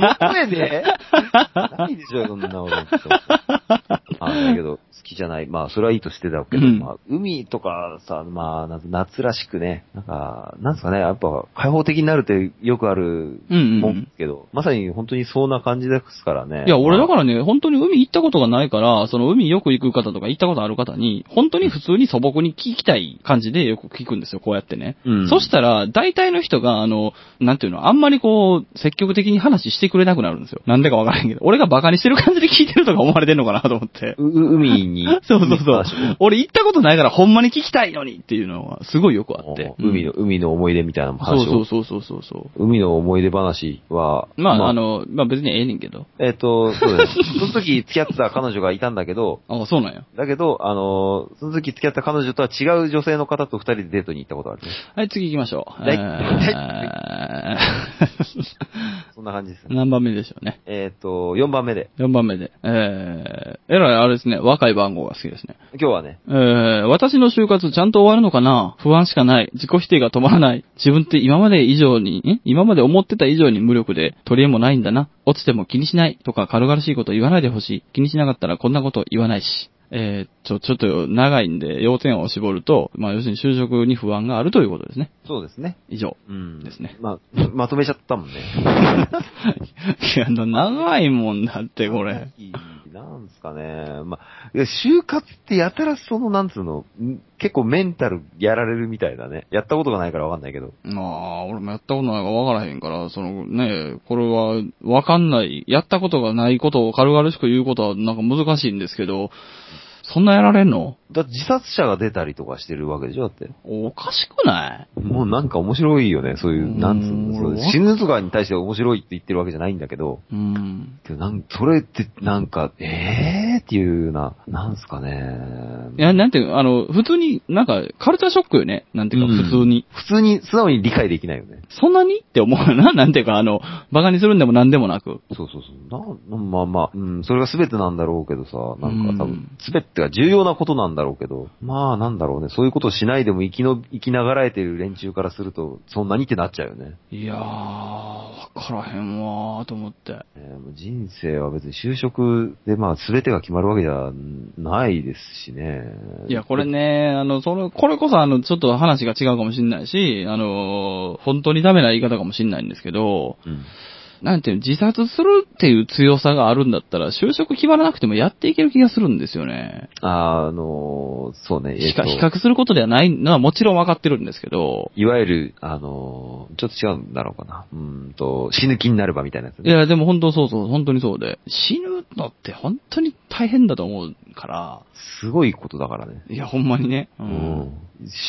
[SPEAKER 2] の声 でないでしょ、そんなこと。あだけど、好きじゃない。まあ、それはいいとしてだけ
[SPEAKER 1] う
[SPEAKER 2] ど、
[SPEAKER 1] ん
[SPEAKER 2] まあ、海とかさ、まあ、夏夏らしくね、なんか、なんですかね、やっぱ、開放的になるってよくある
[SPEAKER 1] うんうん
[SPEAKER 2] もんですけど、まさに本当にそんな感じですからね。
[SPEAKER 1] いや、俺だ
[SPEAKER 2] まあ
[SPEAKER 1] からね、本当に海行ったことがないから、その海よく行く方とか行ったことある方に、本当に普通に素朴に聞きたい感じでよく聞くんですよ、こうやってね。
[SPEAKER 2] うん
[SPEAKER 1] そしたら、大体の人が、あの、なんていうの、あんまりこう、積極的に話してくれなくなるんですよ。なんでかわからへんけど。俺がバカにしてる感じで聞いてるとか思われてんのかなと思って。
[SPEAKER 2] うう海に。
[SPEAKER 1] そうそうそう
[SPEAKER 2] 海の話。
[SPEAKER 1] 俺行ったことないからほんまに聞きたいのにっていうのはすごいよくあ
[SPEAKER 2] を
[SPEAKER 1] って。
[SPEAKER 2] 海の、
[SPEAKER 1] うん
[SPEAKER 2] 海の思い出みたいな話を。
[SPEAKER 1] そうそうそうそうそうそ
[SPEAKER 2] 海の思い出話は、
[SPEAKER 1] う。まあ、あ、の、まあ別にええねんけど。
[SPEAKER 2] えっ、と、そうです。その時付き合ってた彼女がいたんだけど、
[SPEAKER 1] あ、そうなんや。
[SPEAKER 2] だけど、あのーその時付き合った彼女とは違う女性の方と二人でデートに行ったことあるね。
[SPEAKER 1] はい、次行きましょう。
[SPEAKER 2] は
[SPEAKER 1] え
[SPEAKER 2] い
[SPEAKER 1] ー
[SPEAKER 2] そんな感じですね。
[SPEAKER 1] 何番目でしょうね。
[SPEAKER 2] えっ、と、4番目で。
[SPEAKER 1] 4番目で。えー、えらいあれですね、若い番号が好きですね。
[SPEAKER 2] 今日はね、
[SPEAKER 1] えー、私の就活ちゃんと終わるのかな不安しかない。自己否定が止まらない。自分って今まで以上に、ん今まで思ってた以上に無力で、取り柄もないんだな。落ちても気にしない。とか軽々しいこと言わないでほしい。気にしなかったらこんなこと言わないし。えー、ちょ、ちょっと長いんで、要点を絞ると、まあ、要するに就職に不安があるということですね。
[SPEAKER 2] そうですね。
[SPEAKER 1] 以上。
[SPEAKER 2] うん。
[SPEAKER 1] ですね。
[SPEAKER 2] まあ、まとめちゃったもんね。
[SPEAKER 1] いや、長いもんだって、これ。
[SPEAKER 2] いいなんですかね。まあ、いや就活ってやたらその、なんつうの、ん結構メンタルやられるみたいだね。やったことがないからわかんないけど。
[SPEAKER 1] まあ、俺もやったことないから分からへんから、そのね、これは分かんない。やったことがないことを軽々しく言うことはなんか難しいんですけど、そんなやられんの
[SPEAKER 2] だって自殺者が出たりとかしてるわけでしょだって。
[SPEAKER 1] おかしくない
[SPEAKER 2] もうなんか面白いよね。そういうう、
[SPEAKER 1] ん
[SPEAKER 2] なんつうのそう
[SPEAKER 1] 俺は
[SPEAKER 2] 死ぬとかに対して面白いって言ってるわけじゃないんだけど。
[SPEAKER 1] うん。
[SPEAKER 2] けどなんそれって、なんか、えーっていうような、なんすかね。
[SPEAKER 1] いや、なんていうのあの、普通に、なんか、カルチャーショックよね。なんていうか、
[SPEAKER 2] うん
[SPEAKER 1] 普通に。
[SPEAKER 2] 普通に素直に理解できないよね。
[SPEAKER 1] そんなにって思うよな。 なんていうか、あの、馬鹿にするんでもなんでもなく。
[SPEAKER 2] そうそうそう。なん、まあまあ、うん、それが全てなんだろうけどさ、なんか多
[SPEAKER 1] う
[SPEAKER 2] 分
[SPEAKER 1] ん、
[SPEAKER 2] 全てが重要なことなんだろうけど、まあなんだろうね、そういうことをしないでも生きの、生きながらえてる連中からすると、そんなにってなっちゃうよね。
[SPEAKER 1] いやー、わからへんわーと思って。
[SPEAKER 2] えーもう人生は別に就職でまあ全てが決まるわけじゃないですしね。
[SPEAKER 1] いや、これね、あの、その、これこそ、あの、ちょっと話が違うかもしんないし、あの、本当にダメな言い方かもしんないんですけど、
[SPEAKER 2] うん。
[SPEAKER 1] なんていうの、自殺するっていう強さがあるんだったら、就職決まらなくてもやっていける気がするんですよね。
[SPEAKER 2] あーあのーそうね、え
[SPEAKER 1] 比
[SPEAKER 2] っと
[SPEAKER 1] 較比較することではないのはもちろんわかってるんですけど、
[SPEAKER 2] いわゆる、あのーちょっと違うんだろうかな。うーんと、死ぬ気になればみたいなやつ
[SPEAKER 1] い
[SPEAKER 2] ね。
[SPEAKER 1] や、でも本当そうそう、本当にそうで、死ぬのって本当に大変だと思うから、
[SPEAKER 2] すごいことだからね。
[SPEAKER 1] いや、ほんまにね。う
[SPEAKER 2] うんん。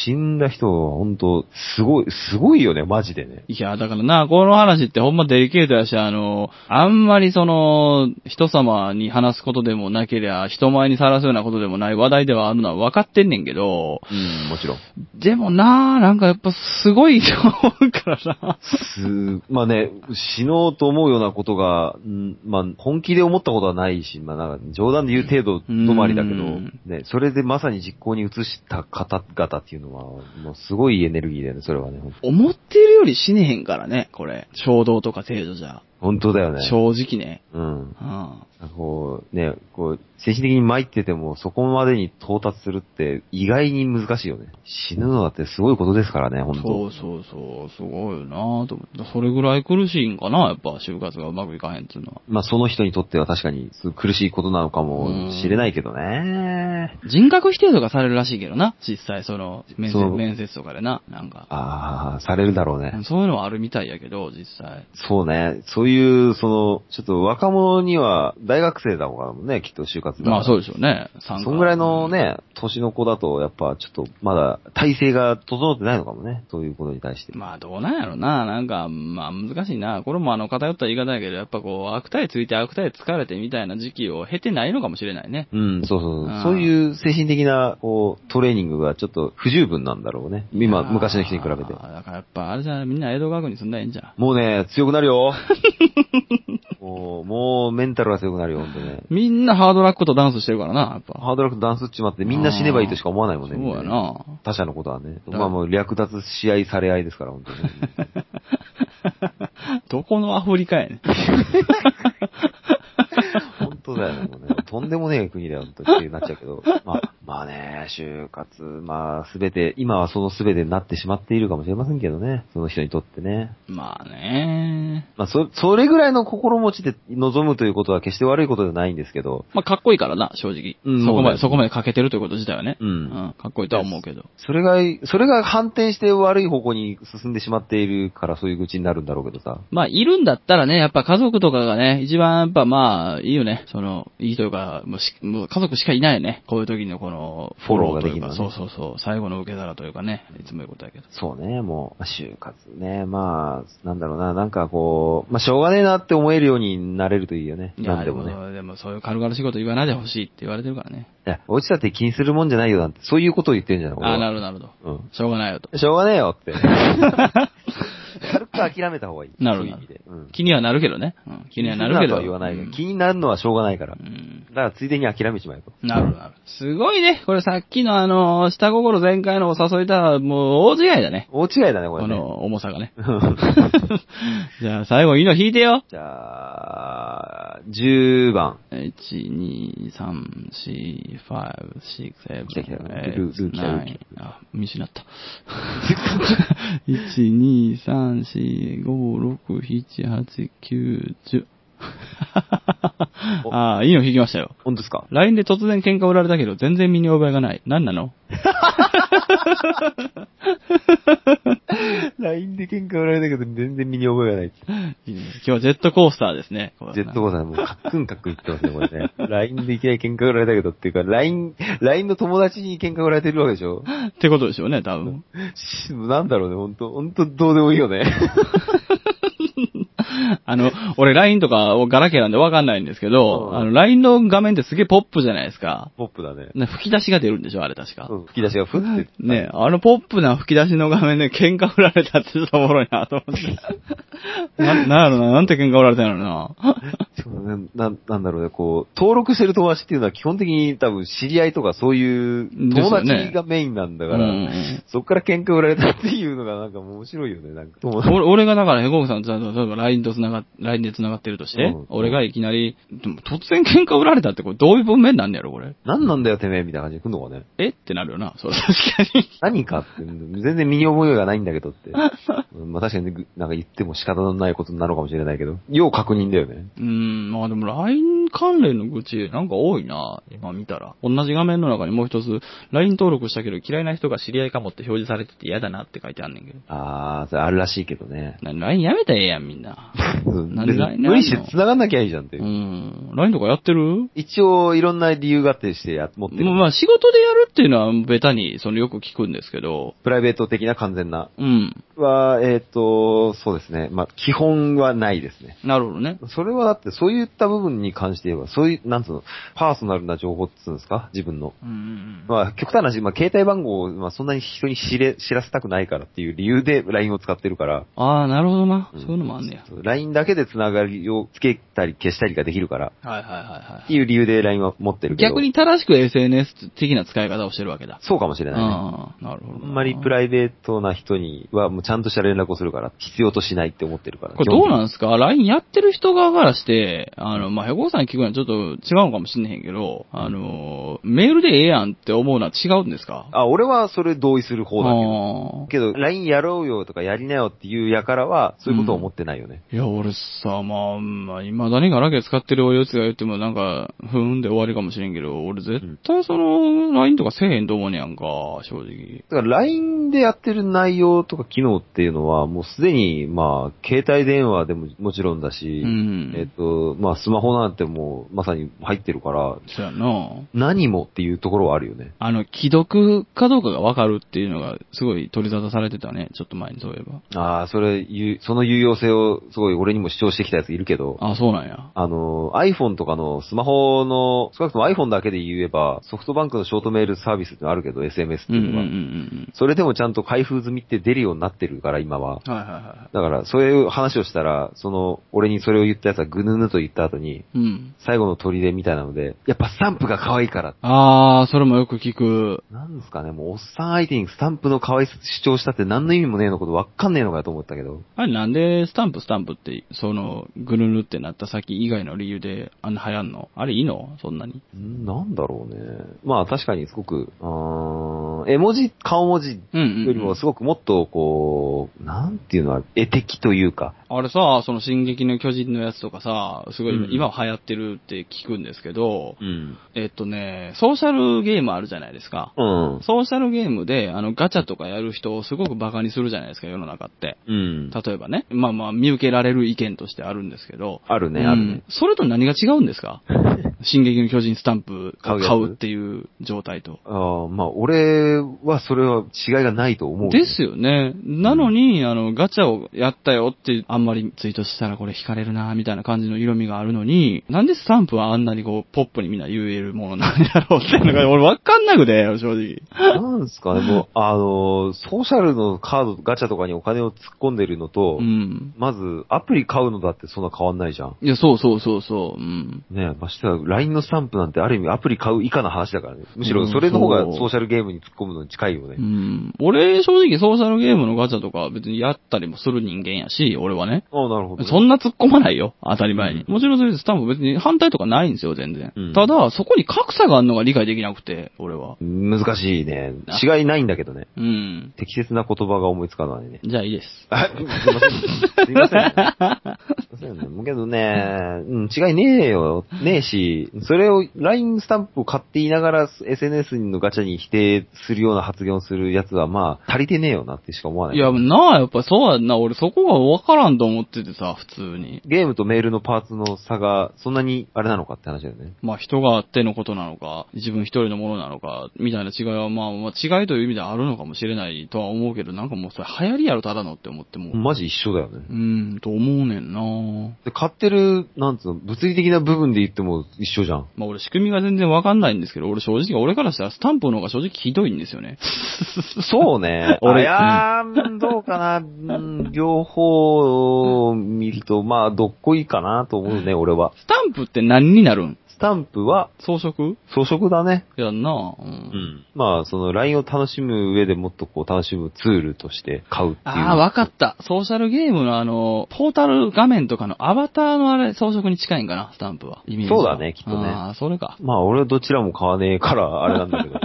[SPEAKER 2] 死んだ人は本当すごい、すごいよね、マジでね。
[SPEAKER 1] いや、だからな、この話ってほんまデリケートやし、あの、あんまりその、人様に話すことでもなけりゃ、人前にさらすようなことでもない話題ではあるのは分かってんねんけど、
[SPEAKER 2] うん、もちろん。
[SPEAKER 1] でもな、なんかやっぱすごいと思うからな。
[SPEAKER 2] す、まあね、死のうと思うようなことが、んまあ、本気で思ったことはないし、まあなんか冗談で言う程度止まりだけど
[SPEAKER 1] うん、
[SPEAKER 2] ね、それでまさに実行に移した方々っていうのは、もうすごいエネルギーだよね、それはね。
[SPEAKER 1] 思ってるより死ねへんからね、これ。衝動とか程度じゃ。
[SPEAKER 2] 本当だよね。
[SPEAKER 1] 正直ね。
[SPEAKER 2] うん。
[SPEAKER 1] うん。
[SPEAKER 2] なんかこう、ね、こう、精神的に参ってても、そこまでに到達するって、意外に難しいよね。死ぬのだってすごいことですからね、本
[SPEAKER 1] そ
[SPEAKER 2] 当
[SPEAKER 1] うそうそう、すごいよなと思って。それぐらい苦しいんかな、やっぱ、就活がうまくいかへんっていうのは。
[SPEAKER 2] まあ、その人にとっては確かに、すごい苦しいことなのかもしれないけどね。
[SPEAKER 1] 人格否定とかされるらしいけどな、実際その、面接、
[SPEAKER 2] そう
[SPEAKER 1] 面接とかでな、なんか。
[SPEAKER 2] ああ、されるだろうね。
[SPEAKER 1] そういうのはあるみたいやけど、実際。
[SPEAKER 2] そうね。そういう、その、ちょっと若者には、大学生だからもんね、きっと就活だから
[SPEAKER 1] まあそうでしょうね。参加
[SPEAKER 2] そんぐらいの。ね、年の子だと、やっぱちょっと、まだ、体制が整ってないのかもね。そういうことに対して。
[SPEAKER 1] まあどうなんやろな、なんか、まあ難しいな。これもあの偏った言い方やけど、やっぱこう、悪態ついて悪態疲れてみたいな時期を経てないのかもしれないね。
[SPEAKER 2] うん、そうそう
[SPEAKER 1] あ
[SPEAKER 2] そ
[SPEAKER 1] ー
[SPEAKER 2] う。そういう精神的な、こう、トレーニングがちょっと不十分なんだろうね。今、
[SPEAKER 1] あー
[SPEAKER 2] 昔の人に比べて。
[SPEAKER 1] だからやっぱあれじゃん、みんな江戸川区に住んだらええんじゃん。
[SPEAKER 2] もうね、強くな るよ。もう、もうメンタルが強くなるよ、ほんとね。
[SPEAKER 1] みんなハードラックとダンスしてるからな、やっぱ。
[SPEAKER 2] ハードラックダンスっちまってみんな死ねばいいとしか思わないもんね。
[SPEAKER 1] そうや
[SPEAKER 2] みんなね。
[SPEAKER 1] な。
[SPEAKER 2] 他者のことはね。
[SPEAKER 1] だ
[SPEAKER 2] まあもう略奪し合いされ合いですから、本当に。
[SPEAKER 1] どこのアフリカやねん。
[SPEAKER 2] 本当だよね、もうね。とんでもねえ国だよ、本当にってなっちゃう けど。まあ、まあね、就活、まあすべて、今はそのすべてになってしまっているかもしれませんけどね。その人にとってね。
[SPEAKER 1] まあね。
[SPEAKER 2] まあ、そ、それぐらいの心持ちで臨むということは決して悪いことではないんですけど、
[SPEAKER 1] まあ、かっこいいからな、正直。
[SPEAKER 2] うん
[SPEAKER 1] そこまで、
[SPEAKER 2] そ
[SPEAKER 1] そう
[SPEAKER 2] だよ
[SPEAKER 1] こまで欠けてるということ自体はね。
[SPEAKER 2] うん
[SPEAKER 1] かっこいいとは思うけど。
[SPEAKER 2] それが、それが反転して悪い方向に進んでしまっているからそういう愚痴になるんだろうけどさ。
[SPEAKER 1] まあ、いるんだったらね、やっぱ家族とかがね、一番やっぱまあ、いいよね。その、いいというか、もうしもう家族しかいないよね。こういう時のこの、
[SPEAKER 2] フォローが
[SPEAKER 1] というか
[SPEAKER 2] できる
[SPEAKER 1] そ
[SPEAKER 2] の
[SPEAKER 1] う
[SPEAKER 2] ね
[SPEAKER 1] そうそう。最後の受け皿というかね。いつも言うことやけど。
[SPEAKER 2] そうね、もう、まあ就活ね、まあ、なんだろうな、なんかこう、まあ、しょうがねえなって思えるようになれるといいよね。
[SPEAKER 1] いや
[SPEAKER 2] なんでもね。
[SPEAKER 1] ででもそういう軽々しいこと言わないでほしいって言われてるからね。
[SPEAKER 2] いや、落ちたって気にするもんじゃないよなんて、そういうことを言ってるんじゃない
[SPEAKER 1] ああ、な
[SPEAKER 2] る
[SPEAKER 1] るほど、なるほど。
[SPEAKER 2] うん。
[SPEAKER 1] しょうがないよと。
[SPEAKER 2] しょうがねえよ って。軽く諦めた方がいい。
[SPEAKER 1] なるほ
[SPEAKER 2] そう
[SPEAKER 1] ど
[SPEAKER 2] いう意味で。うん。
[SPEAKER 1] 気にはなるけどね。うん、気にはなるけど。
[SPEAKER 2] 気にるとは言わないけど、
[SPEAKER 1] うん
[SPEAKER 2] 気になるのはしょうがないから。
[SPEAKER 1] う
[SPEAKER 2] だ
[SPEAKER 1] ん
[SPEAKER 2] から、ついでに諦めちまえと。
[SPEAKER 1] なるほど、なるほど。すごいね。これさっきのあの、下心全開のお誘いとはもう大違いだね。
[SPEAKER 2] 大違いだね、こ
[SPEAKER 1] こ
[SPEAKER 2] れね。。
[SPEAKER 1] の重さがね
[SPEAKER 2] うん
[SPEAKER 1] じゃあ最後いいの引いてよ。
[SPEAKER 2] じゃあ、10番。
[SPEAKER 1] 1、2、3、4、5、6、7、
[SPEAKER 2] 来た来たルールー
[SPEAKER 1] 8、
[SPEAKER 2] 来たルー
[SPEAKER 1] 9
[SPEAKER 2] 来、
[SPEAKER 1] あ、見失った。1、2、3、4、5、6、7、8、9、10。
[SPEAKER 2] お
[SPEAKER 1] ああ、いいの引きましたよ。
[SPEAKER 2] 本当ですか
[SPEAKER 1] LINE で突然喧嘩売られたけど、全然身に覚えがない。何なの
[SPEAKER 2] ?LINE で喧嘩売られたけど、全然身に覚えがない。
[SPEAKER 1] いいね今日はジェットコースターですね。これは
[SPEAKER 2] ジェットコースターもうカックンカックン言ってますね、これね。LINE でいきなり喧嘩売られたけどっていうか、LINE、LINE の友達に喧嘩売られてるわけでしょ
[SPEAKER 1] ってことでしょうね、多分。
[SPEAKER 2] しなんだろうね、本当本当どうでもいいよね。
[SPEAKER 1] あの、俺 LINE とかガラケーなんでわかんないんですけど、
[SPEAKER 2] うん
[SPEAKER 1] あの LINE の画面ってすげえポップじゃないですか。
[SPEAKER 2] ポップだね。
[SPEAKER 1] ね吹き出しが出るんでしょ、あれ確か
[SPEAKER 2] そ。う吹き出しがふって。
[SPEAKER 1] ねあのポップな吹き出しの画面で喧嘩振られたってちょっとおもろいなと思 って。な、なんやろな、なんて喧嘩振られたんやろな。
[SPEAKER 2] そうなななんだろうね、こう、登録してる友達っていうのは基本的に多分知り合いとかそういう友
[SPEAKER 1] ですよ
[SPEAKER 2] 達
[SPEAKER 1] ね
[SPEAKER 2] がメインなんだ
[SPEAKER 1] うん
[SPEAKER 2] か
[SPEAKER 1] う
[SPEAKER 2] ら、
[SPEAKER 1] ん
[SPEAKER 2] そっから喧嘩売られたっていうのがなんか面白いよね、なんか。
[SPEAKER 1] 俺俺がだからヘコークさんと例えば LINE LINE と繋が、LINE で繋がってるとして、
[SPEAKER 2] うん
[SPEAKER 1] 俺がいきなり、でも突然喧嘩売られたってこれどういう文面なんねやろ、これ。
[SPEAKER 2] 何なんだよ、てめえ、みたいな感じで来んのかね。
[SPEAKER 1] えってなるよな。そう、確かに。
[SPEAKER 2] 何かって、全然身に覚えがないんだけどって。うんまあ確かに、なんか言っても仕方のないことなのかもしれないけど、要確認だよね。
[SPEAKER 1] うーん、まあでも LINE 関連の愚痴なんか多いな、今見たら。同じ画面の中にもう一つ、LINE 登録したけど嫌いな人が知り合いかもって表示されてて嫌だなって書いてあんねんけど。
[SPEAKER 2] あー、それあるらしいけどね。
[SPEAKER 1] な LINE やめたらええやん、みんな。
[SPEAKER 2] うん
[SPEAKER 1] なん
[SPEAKER 2] 別
[SPEAKER 1] ないない
[SPEAKER 2] に
[SPEAKER 1] の
[SPEAKER 2] 無理して繋がんなきゃいいじゃんって
[SPEAKER 1] う
[SPEAKER 2] い
[SPEAKER 1] ー
[SPEAKER 2] う。
[SPEAKER 1] ん。LINE とかやってる
[SPEAKER 2] 一応、いろんな理由があってしてや持ってる。
[SPEAKER 1] まあ仕事でやるっていうのはベタに、そのよく聞くんですけど、
[SPEAKER 2] プライベート的な完全な。
[SPEAKER 1] うん。
[SPEAKER 2] は、えっ、と、そうですね。まあ、基本はないですね。
[SPEAKER 1] なるほどね。
[SPEAKER 2] それはだって、そういった部分に関して言えば、そういう、なんつうの、パーソナルな情報っつうんですか自分の。
[SPEAKER 1] うん。
[SPEAKER 2] まあ、極端な話、まあ、携帯番号を、まあ、そんなに人に知れ、知らせたくないからっていう理由で LINE を使ってるから。
[SPEAKER 1] ああ、なるほどな。
[SPEAKER 2] うん
[SPEAKER 1] そういうのもあんねや。
[SPEAKER 2] そう LINE だけで繋がりをつけたり消したりができるから。
[SPEAKER 1] はいはいは
[SPEAKER 2] っ
[SPEAKER 1] い
[SPEAKER 2] ていう理由で LINE は持って
[SPEAKER 1] はい。
[SPEAKER 2] るけど。
[SPEAKER 1] 逆。に正しく SNS 的な使い方をしてるわけだ。
[SPEAKER 2] そうかもしれないね。
[SPEAKER 1] ああ、なるほど
[SPEAKER 2] あ
[SPEAKER 1] な。
[SPEAKER 2] んまりプライベートな人には、もうちゃんとした連絡をするから、必要としないって思ってるから。
[SPEAKER 1] これどうなんんですか ?LINE やってる人側からして、あの、まあ、ヘコさんに聞くのはちょっと違うのかもしんねへんけど、あの、メールでええやんって思うのは違うんですか
[SPEAKER 2] あ、俺はそれ同意する方だけど。
[SPEAKER 1] あ
[SPEAKER 2] けど、LINE やろうよとかやりなよっていうやからは、そういうことを思ってないよね。
[SPEAKER 1] ーいや、俺さ、まあ、まあ、今何がラケ使ってるおやつが言ってもなんか、ふーんで終わりかもしれんけど、俺絶対その、LINE とかせえへんと思うねやんか、正直。
[SPEAKER 2] だから LINE でやってる内容とか機能っていうのは、もうすでに、まあ、携帯電話でももちろんだし、
[SPEAKER 1] うん
[SPEAKER 2] えっ、と、まあ、スマホなんてもう、まさに入ってるから、
[SPEAKER 1] そうやな。
[SPEAKER 2] 何もっていうところはあるよね。
[SPEAKER 1] あの、既読かどうかがわかるっていうのが、すごい取り沙汰されてたね、ちょっと前にそういえば。
[SPEAKER 2] ああ、それ、ゆその有用性を、すごい俺にも主張してきたやついるけど、
[SPEAKER 1] あ、そうなんや。
[SPEAKER 2] あの、iPhone とかのスマホの、少なくとも iPhone だけで言えば、ソフトバンクのショートメールサービスってのあるけど、SMS って
[SPEAKER 1] うん
[SPEAKER 2] い
[SPEAKER 1] うん
[SPEAKER 2] う
[SPEAKER 1] う
[SPEAKER 2] の
[SPEAKER 1] んう
[SPEAKER 2] が。
[SPEAKER 1] ん
[SPEAKER 2] それでもちゃんと開封済みって出るようになってるから、今は。
[SPEAKER 1] うん。はいはいは
[SPEAKER 2] だから、そういう話をしたら、その、俺にそれを言ったやつはぐぬぬと言った後に、
[SPEAKER 1] い。うん。
[SPEAKER 2] 最後の砦みたいなので、やっぱスタンプが可愛いから。
[SPEAKER 1] あー、それもよく聞く。
[SPEAKER 2] なんですかね、もうおっさん相手にスタンプの可愛さ主張したって何の意味もねえのことわかんねえのかよと思ったけど。
[SPEAKER 1] あれなんでスタンプスタンプって、その、ぐるぬってなった先以外の理由であんな流行んのあれいいのそんなに。
[SPEAKER 2] んなんだろうね。まあ確かにすごく、うーん、絵文字、顔文字
[SPEAKER 1] うんうんうん、
[SPEAKER 2] よりもすごくもっとこう、なんていうのは、絵的というか。
[SPEAKER 1] あれさ、その進撃の巨人のやつとかさ、すご
[SPEAKER 2] うん
[SPEAKER 1] い今流行ってるって聞くんですけど、
[SPEAKER 2] うん。
[SPEAKER 1] えっとね、ソーシャルゲームあるじゃないですか。
[SPEAKER 2] うん。
[SPEAKER 1] ソーシャルゲームで、あの、ガチャとかやる人をすごくバカにするじゃないですか、世の中って。
[SPEAKER 2] うん。
[SPEAKER 1] 例えばね。まあまあ、見受けられる意見としてあるんですけど。
[SPEAKER 2] あるね、
[SPEAKER 1] うん
[SPEAKER 2] あるね。
[SPEAKER 1] それと何が違うんです か進撃の巨人スタンプ買
[SPEAKER 2] 買う
[SPEAKER 1] う
[SPEAKER 2] やつ
[SPEAKER 1] っていう状態と。
[SPEAKER 2] ああまあ、俺はそれは違いがないと思う。
[SPEAKER 1] ですよね。なのに、あの、ガチャをやったよって、あんまりツイートしたらこれ惹かれるな、みたいな感じの色味があるのに、なんでスタンプはあんなにこう、ポップにみんな言えるものなんだろうっていうのが、 俺わかんなくて、正直。
[SPEAKER 2] なんで すかね、もう、あのー、ソーシャルのカード、ガチャとかにお金を突っ込んでるのと、
[SPEAKER 1] うん。
[SPEAKER 2] まず、アプリ買うのだってそんな変わんないじゃん。
[SPEAKER 1] いや、そうそうそうそう、うん。
[SPEAKER 2] ねえ、ましてや、LINE のスタンプなんてある意味アプリ買う以下の話だからね。むしろそれの方が
[SPEAKER 1] うんそう
[SPEAKER 2] ソーシャルゲームに突っ込むのに近いよね。
[SPEAKER 1] うん。俺、正直ソーシャルゲームのガチャとか別にやったりもする人間やし、俺はね。
[SPEAKER 2] ああ、なるほどね、
[SPEAKER 1] そんな突っ込まないよ。当たり前に。
[SPEAKER 2] うん
[SPEAKER 1] もちろんそういうスタンプ別に反対とかないんですよ、全然。
[SPEAKER 2] うん
[SPEAKER 1] ただ、そこに格差があるのが理解できなくて、俺は。
[SPEAKER 2] 難しいね。違いないんだけどね。
[SPEAKER 1] うん。
[SPEAKER 2] 適切な言葉が思いつかないね。
[SPEAKER 1] じゃあいいです。
[SPEAKER 2] あすいません。すいません。すいません。けどね、うん、違いねえよ。ねえし、それを LINE スタンプを買っていながら SNS のガチャに否定するような発言をするやつは、まあ、足りてねえよなってしか思わない。
[SPEAKER 1] いや、なあ、やっぱそうやんな。俺そこがわからんと思っててさ、普通に。
[SPEAKER 2] ゲームとメールのパーツの差が、そんなにあれなのかって話だよね。
[SPEAKER 1] まあ人があってのことなのか、自分一人のものなのか、みたいな違いは、まあ、まあ違いという意味ではあるのかもしれないとは思うけど、なんかもうそれ流行りやろ、ただのって思ってもう。
[SPEAKER 2] マジ一緒だよね
[SPEAKER 1] う。ん、と思うねんな
[SPEAKER 2] で、買ってる、なんつうの、物理的な部分で言っても一緒じゃん。
[SPEAKER 1] まあ俺仕組みが全然わかんないんですけど、俺正直、俺からしたらスタンプの方が正直ひどいんですよね。。
[SPEAKER 2] そう ね
[SPEAKER 1] 俺
[SPEAKER 2] 俺、いやー、どうかな。うん両方を見ると、まあ、どっこいいかなと思うね、俺は。
[SPEAKER 1] スタンプって何になるん
[SPEAKER 2] スタンプは
[SPEAKER 1] 装飾
[SPEAKER 2] 装飾だね。
[SPEAKER 1] やんなうん。
[SPEAKER 2] うん。まあ、その LINE を楽しむ上でもっとこう楽しむツールとして買うっていう。
[SPEAKER 1] ああ、わかった。ソーシャルゲームのあの、ポータル画面とかのアバターのあれ、装飾に近いんかな、スタンプは。イメージは
[SPEAKER 2] そうだねきっとね
[SPEAKER 1] ああ、それか。
[SPEAKER 2] まあ、俺はどちらも買わねえから、あれなんだ けど。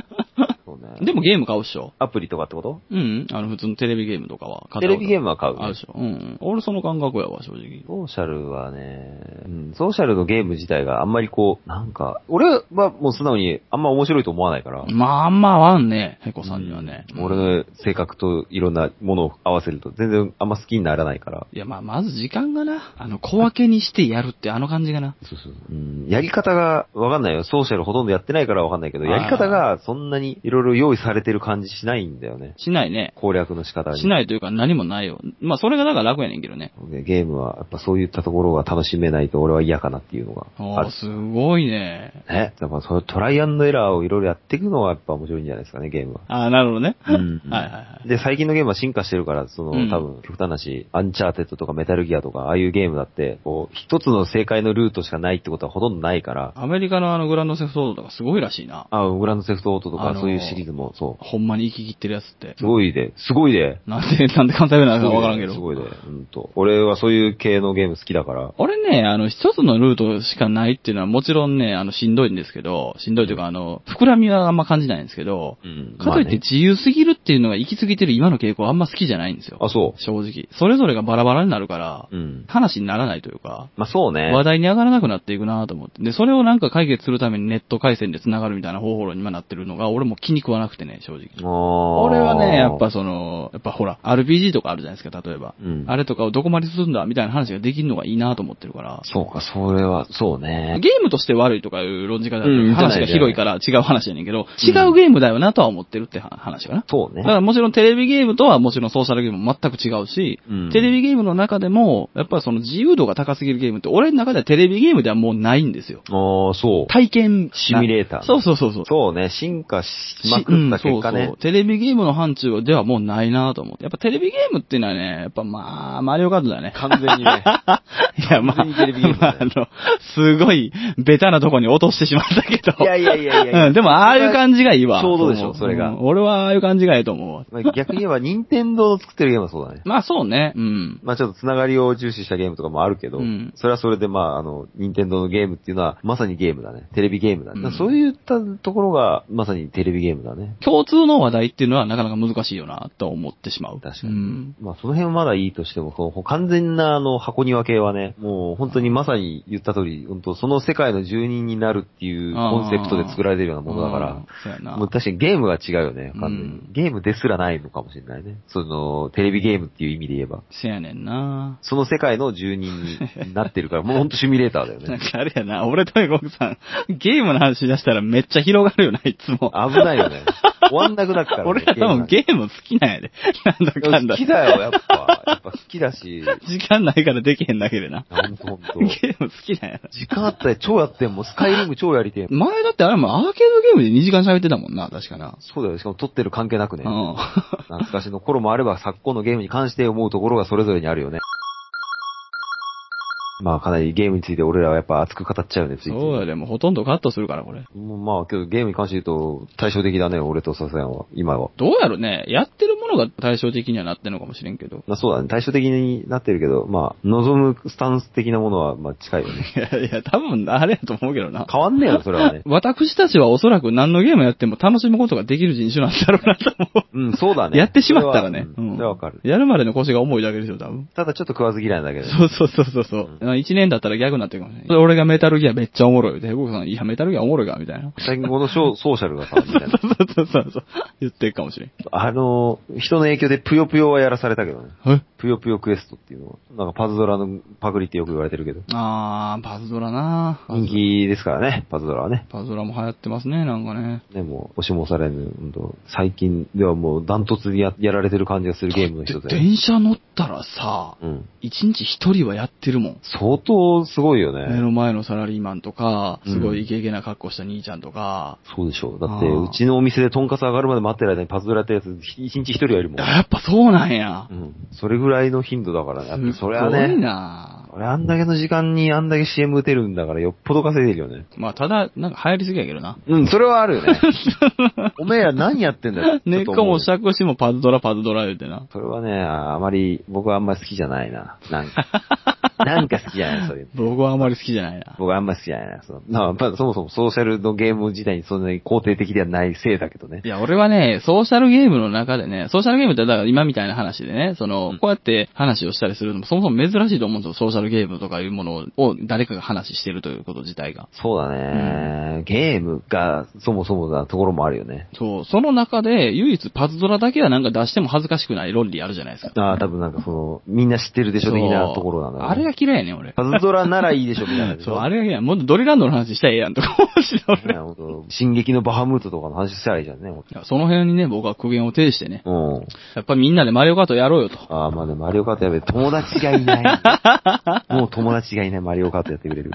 [SPEAKER 2] そうね
[SPEAKER 1] でもゲーム買うっしょ。
[SPEAKER 2] アプリとかってこと
[SPEAKER 1] うん、あの、普通のテレビゲームとかは
[SPEAKER 2] テレビゲー
[SPEAKER 1] ム
[SPEAKER 2] ムは買う、
[SPEAKER 1] あるでしょ。うんうん。俺その感覚やわ、正直。
[SPEAKER 2] ソーシャルはね、うん、ソーシャルのゲーム自体があんまりこう、なんか、俺はもう素直にあんま面白いと思わないから。
[SPEAKER 1] まあ、あんま合わんね、ヘコさんにはね。
[SPEAKER 2] 俺の性格といろんなものを合わせると全然あんま好きにならないから。
[SPEAKER 1] いや、まあ、まず時間がな、あの、小分けにしてやるってあの感じがな。
[SPEAKER 2] そうそううん、やり方がわかんないよ。ソーシャルほとんどやってないからわかんないけど、
[SPEAKER 1] あー
[SPEAKER 2] やり方がそんなにいろいろ用意されてる感じしないんだよね。
[SPEAKER 1] しないね。
[SPEAKER 2] 攻略の仕方に。
[SPEAKER 1] しないというか何もないよ。まあ、それがだから楽やねんけどね。
[SPEAKER 2] でゲームはやっぱそういったところが楽しめないと俺は嫌かなっていうのが
[SPEAKER 1] お
[SPEAKER 2] あ
[SPEAKER 1] ー
[SPEAKER 2] る。
[SPEAKER 1] すごいね。
[SPEAKER 2] ね。やっぱそのトライアンドエラーをいろいろやっていくのはやっぱ面白いんじゃないですかね、ゲームは。
[SPEAKER 1] ああ、なるほどね。
[SPEAKER 2] うん
[SPEAKER 1] はいはいはい。
[SPEAKER 2] で、最近のゲームは進化してるから、その、
[SPEAKER 1] うん
[SPEAKER 2] 多分、極端なし、アンチャーテッドとかメタルギアとか、ああいうゲームだって、こう、一つの正解のルートしかないってことはほとんどないから、
[SPEAKER 1] アメリカのあのグランドセフトオートとかすごいらしいな。
[SPEAKER 2] あ、グランドセフトオートと
[SPEAKER 1] あ
[SPEAKER 2] か、
[SPEAKER 1] のー
[SPEAKER 2] そういうシリーズも、そ
[SPEAKER 1] ほんまに生き切ってるやつって
[SPEAKER 2] う。。すごいで、すごいで。
[SPEAKER 1] なんで、 なんで簡単な
[SPEAKER 2] す
[SPEAKER 1] の
[SPEAKER 2] ご
[SPEAKER 1] か
[SPEAKER 2] い
[SPEAKER 1] わ
[SPEAKER 2] で
[SPEAKER 1] からんけど。
[SPEAKER 2] すごいで。うんと。俺はそういう系のゲーム好きだから、
[SPEAKER 1] 俺ね、あの、一つのルートしかないっていうのはもちろんね、あの、しんどいんですけど、しんどいというか、あの、膨らみはあんま感じないんですけど、
[SPEAKER 2] うん
[SPEAKER 1] かといっ
[SPEAKER 2] ま
[SPEAKER 1] て
[SPEAKER 2] あね
[SPEAKER 1] 自由すぎるっていうのが行き過ぎてる今の傾向あんま好きじゃないんですよ。
[SPEAKER 2] あ、そ
[SPEAKER 1] 正直。それぞれがバラバラになるから、
[SPEAKER 2] う。うん。
[SPEAKER 1] 話にならないというか、
[SPEAKER 2] まあそうね。
[SPEAKER 1] 話題に上がらなくなっていくなと思って。で、それをなんか解決するためにネット回線で繋がるみたいな方法論に今なってるのが、俺も気に食わなくてね、正直。
[SPEAKER 2] 俺
[SPEAKER 1] 俺はね、やっぱ、その、やっぱほら、RPG とかあるじゃないですか、例えば。
[SPEAKER 2] うん。
[SPEAKER 1] あれとかをどこまで進んだみたいな話ができるのがいいなと思ってるから。
[SPEAKER 2] そうか、それは、そうね。
[SPEAKER 1] ゲームとして悪いとかいう論じ方だと
[SPEAKER 2] うん
[SPEAKER 1] 話が広いから違う話やねんけど、違うゲームだよなとは思ってるって話かな。
[SPEAKER 2] そう
[SPEAKER 1] だ
[SPEAKER 2] ね
[SPEAKER 1] か。らもちろんテレビゲームとはもちろんソーシャルゲームも全く違うし、
[SPEAKER 2] うん
[SPEAKER 1] テレビゲームの中でも、やっぱその自由度が高すぎるゲームって俺の中ではテレビゲームではもうないんですよ。
[SPEAKER 2] ああ、そう。
[SPEAKER 1] 体験な。
[SPEAKER 2] シミュレーター
[SPEAKER 1] そうそうそうそう。
[SPEAKER 2] そうね、進化し
[SPEAKER 1] し
[SPEAKER 2] まくった結果
[SPEAKER 1] うんそう
[SPEAKER 2] ね
[SPEAKER 1] そう。。テレビゲームの範疇ではもうないなと思って。やっぱテレビゲームっていうのはね、やっぱまあ、マリオカートだ ね。
[SPEAKER 2] 完全
[SPEAKER 1] い
[SPEAKER 2] にね。
[SPEAKER 1] や、まあ、
[SPEAKER 2] 完全にテレビゲーム
[SPEAKER 1] まあ
[SPEAKER 2] だ
[SPEAKER 1] あ
[SPEAKER 2] ね
[SPEAKER 1] の、すごい、ベタなとこに落としてしまったけど。
[SPEAKER 2] いやいやいやいやいや
[SPEAKER 1] うん、でも、ああいう感じがいいわ。
[SPEAKER 2] ちょうどでしょ
[SPEAKER 1] ん
[SPEAKER 2] それが
[SPEAKER 1] うん俺はああいう感じがいいと思うわ。
[SPEAKER 2] まあ逆に言えば、任天堂の作ってるゲームはそうだね。
[SPEAKER 1] まあ、そうね。うん。
[SPEAKER 2] まあちょっとつながりを重視したゲームとかもあるけど、
[SPEAKER 1] うん
[SPEAKER 2] それはそれでまああの、任天堂のゲームっていうのは、まさにゲームだね。テレビゲームだね。
[SPEAKER 1] うん
[SPEAKER 2] そういったところが、まさにテレビゲームだね。
[SPEAKER 1] 共通の話題っていうのはなかなか難しいよな、と思ってしまう。
[SPEAKER 2] 確かに
[SPEAKER 1] うん
[SPEAKER 2] まあその辺はまだいいとしても、この完全なあの、箱庭系はね、もう本当にまさに言った通り、本当その世界の住人になるっていうコンセプトで作られてるようなものだか
[SPEAKER 1] うん
[SPEAKER 2] ら、
[SPEAKER 1] そうやな。
[SPEAKER 2] もう確かにゲームが違うよね、完全に
[SPEAKER 1] うん
[SPEAKER 2] ゲームですらないのかもしれないね。その、テレビゲームっていう意味で言えば。
[SPEAKER 1] せやねんな。
[SPEAKER 2] その世界の住人になって るから、もうほんとシミュレーターだよ
[SPEAKER 1] なん
[SPEAKER 2] ね。
[SPEAKER 1] かあれやな、俺とヨコさん、ゲームの話し出したらめっちゃ広がるよな、いつも。
[SPEAKER 2] 危ないよね。終わんなくなるから、ね。
[SPEAKER 1] 俺ら多分ゲーム好きなんやで。なんだ
[SPEAKER 2] ーム
[SPEAKER 1] かんだ
[SPEAKER 2] 好。きだよ、やっぱ。やっぱ好きだし。
[SPEAKER 1] 時間ないからできへんだけでな。
[SPEAKER 2] ほんとほんと。
[SPEAKER 1] ゲーム好きなんやな。
[SPEAKER 2] 時間あったら超やってんもん。スカイリング超やりてん。
[SPEAKER 1] 前だってあれもアーケードゲームで2時間喋ってたもんな、確かな。
[SPEAKER 2] そうだよ。しかも撮ってる関係なくね。
[SPEAKER 1] うん。
[SPEAKER 2] 懐かしの頃もあれば、昨今のゲームに関して思うところがそれぞれにあるよね。まあかなりゲームについて俺らはやっぱ熱く語っちゃうよね、ついつい。
[SPEAKER 1] そうやで、もうほとんどカットするから、これ。
[SPEAKER 2] もうまあ、けどゲームに関して言うと対照的だね、俺と笹山は、今は。
[SPEAKER 1] どうやろね、やってるものが対照的にはなってんのかもしれんけど。
[SPEAKER 2] まあそうだね、対照的になってるけど、まあ、望むスタンス的なものは、まあ近い よね。
[SPEAKER 1] いやいや、多分あれやと思うけどな。。
[SPEAKER 2] 変わんねえよ、それはね
[SPEAKER 1] 私たちはおそらく何のゲームやっても楽しむことができる人種なんだろうなと思う。
[SPEAKER 2] うん、そうだね。
[SPEAKER 1] やってしまったらね。
[SPEAKER 2] それはうんそれはわかる。
[SPEAKER 1] やるまでの腰が重いだけですよ、多分。
[SPEAKER 2] ただちょっと食わず嫌いなだけで。
[SPEAKER 1] そうそうそうそうそう。まあ一年だったら逆になってるかもしれない。それ俺がメタルギアめっちゃおもろいよ。で、僕さん、いや、メタルギアおもろいか、みたいな。
[SPEAKER 2] 最近このショーソーシャルがさ、みたいな。
[SPEAKER 1] そうそうそうそう。言ってるかもしれん。
[SPEAKER 2] あの、人の影響でぷよぷよはやらされたけどね。
[SPEAKER 1] え
[SPEAKER 2] ぷよぷよクエストっていうのは。なんかパズドラのパクリってよく言われてるけど。
[SPEAKER 1] あー、パズドラなパズ
[SPEAKER 2] 人気ですからね、パズドラはね。
[SPEAKER 1] パズドラも流行ってますね、なんかね。
[SPEAKER 2] ね、もう、押しも押されぬ、ほんと最近ではもうダントツにややられてる感じがするゲームの
[SPEAKER 1] で
[SPEAKER 2] 一つだよ
[SPEAKER 1] 電車乗ったらさ、
[SPEAKER 2] うん。
[SPEAKER 1] 一日一人はやってるもん。
[SPEAKER 2] 相当すごいよ
[SPEAKER 1] 目
[SPEAKER 2] ね。
[SPEAKER 1] の前のサラリーマンとか、
[SPEAKER 2] うん
[SPEAKER 1] すごいイケイケな格好した兄ちゃんとか、
[SPEAKER 2] そうでしょう。だって、
[SPEAKER 1] あー
[SPEAKER 2] うちのお店でトンカツ上がるまで待ってる間にパズドラやったやつ、ひ一日一人よりも
[SPEAKER 1] あ。やっぱそうなんや
[SPEAKER 2] う。ん。それぐらいの頻度だからね。やっぱそれは
[SPEAKER 1] すっごい
[SPEAKER 2] ね、
[SPEAKER 1] な
[SPEAKER 2] これあんだけの時間にあんだけ CM 打てるんだからよっぽど稼いでるよね。
[SPEAKER 1] まあ、ただ、なんか流行りすぎやけど な。
[SPEAKER 2] うん、それはあるよね。おめえら何やってんだよ。
[SPEAKER 1] 根っこも
[SPEAKER 2] しゃ。
[SPEAKER 1] 尺子もパズドラパズドラ言うてな。
[SPEAKER 2] それはね、あまり、僕はあんまり好きじゃないな。なんか。なんか好きじゃない、そういう。
[SPEAKER 1] 僕はあまり好きじゃないな。
[SPEAKER 2] 僕はあんまり好きじゃないな。そのまあ、まあそもそもソーシャルのゲーム自体にそんなに肯定的ではないせいだけどね
[SPEAKER 1] い。や、俺はね、ソーシャルゲームの中でね、ソーシャルゲームってだから今みたいな話でね、その、こうやって話をしたりするのもそもそも珍しいと思うんですよ。ソーシャルゲームとかいうものを誰かが話してるということ自体が。
[SPEAKER 2] そうだね、ゲームがそもそもなところもあるよね。
[SPEAKER 1] そう、その中で唯一パズドラだけはなんか出しても恥ずかしくない論理あるじゃないですか。
[SPEAKER 2] ああ、多分なんかその、みんな知ってるでしょ的な
[SPEAKER 1] そう
[SPEAKER 2] ところなんだ、ね、
[SPEAKER 1] あれが嫌いやねん、俺。
[SPEAKER 2] パズドラならいいでしょみたいなで し
[SPEAKER 1] そ
[SPEAKER 2] ょ。
[SPEAKER 1] う、あれが嫌い。もっとドリランドの話したらええやんとか思うし、俺。
[SPEAKER 2] ねほんと進撃のバハムートとかの話したらいいじゃんね。
[SPEAKER 1] いやその辺にね、僕は苦言を呈してね。
[SPEAKER 2] うん。
[SPEAKER 1] やっぱりみんなでマリオカートやろうよと。
[SPEAKER 2] ああ、まあね、マリオカートやべえ。友達が いない。もう友達がいないマリオカートやってくれる。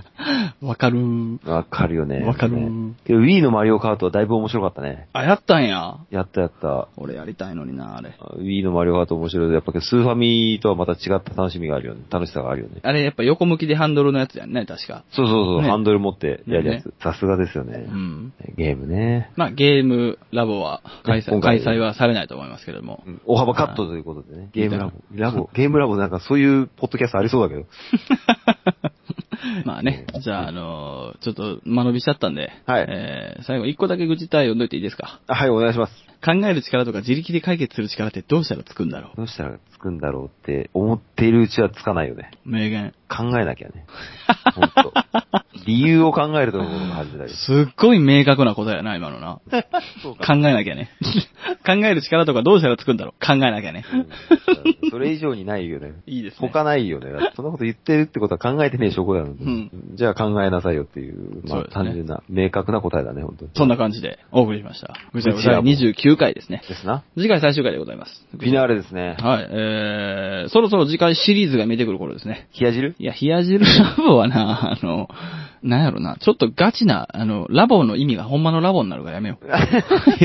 [SPEAKER 1] わかるー。
[SPEAKER 2] わかるよね。
[SPEAKER 1] わかる
[SPEAKER 2] ねけど Wii のマリオカートはだいぶ面白かったね。
[SPEAKER 1] あ、やったんや。
[SPEAKER 2] やったやった。
[SPEAKER 1] 俺やりたいのにな、あれ。
[SPEAKER 2] Wii のマリオカート面白いけど。やっぱけどスーファミとはまた違った楽しみがあるよね。楽しさがあるよね。
[SPEAKER 1] あれやっぱ横向きでハンドルのやつやんね、確か。
[SPEAKER 2] そうそうそう、
[SPEAKER 1] ね
[SPEAKER 2] ハンドル持ってやるやつ。
[SPEAKER 1] ね
[SPEAKER 2] さすがですよね
[SPEAKER 1] う。ん。
[SPEAKER 2] ゲームね。
[SPEAKER 1] まあ、ゲームラボは開催、
[SPEAKER 2] 今
[SPEAKER 1] 開
[SPEAKER 2] 回
[SPEAKER 1] 催はされないと思いますけれども。
[SPEAKER 2] 大幅カットということでね。ゲームラボ
[SPEAKER 1] み。
[SPEAKER 2] ラボ。ゲームラボなんかそういうポッドキャストありそうだけど。
[SPEAKER 1] まあね、じゃあ、あのーちょっと間延びしちゃったんで、
[SPEAKER 2] はい
[SPEAKER 1] えー、最後一個だけ愚痴対応んどいていいですか
[SPEAKER 2] あはい、お願いします。
[SPEAKER 1] 考える力とか自力で解決する力ってどうしたらつくんだろ
[SPEAKER 2] どうしたらつくんだろうって思っているうちはつかないよね。
[SPEAKER 1] う名言。
[SPEAKER 2] 考えなきゃね。ほん と。理由を考えるところが始めだ けど。
[SPEAKER 1] すっごい明確な答えやな、今の な。
[SPEAKER 2] そう
[SPEAKER 1] 考えなきゃね。 考える力とかどうしたらつくんだろう考えなきゃね。
[SPEAKER 2] うんそれ以上にないよね。
[SPEAKER 1] いいですね。
[SPEAKER 2] 他ない よね。だってそんなこと言ってるってことは考えてねえ証拠だよ、
[SPEAKER 1] ん
[SPEAKER 2] じゃあ考えなさいよっていう、ま
[SPEAKER 1] そう
[SPEAKER 2] あ
[SPEAKER 1] ですね
[SPEAKER 2] 単純な、明確な答えだね、本当に。
[SPEAKER 1] そんな感じでお送りしました。ぐちゃぐちゃ
[SPEAKER 2] こち
[SPEAKER 1] 29回ですね。
[SPEAKER 2] ですな。
[SPEAKER 1] 次回最終回でございます。
[SPEAKER 2] フィナーレですね。
[SPEAKER 1] はい、えー、そろそろ次回シリーズが見えてくる頃ですね。
[SPEAKER 2] 冷や汁
[SPEAKER 1] いや、冷や汁ラボはな、 あの、なんやろな、ちょっとガチな、あの、ラボの意味がほんまのラボになるからやめよ う。冷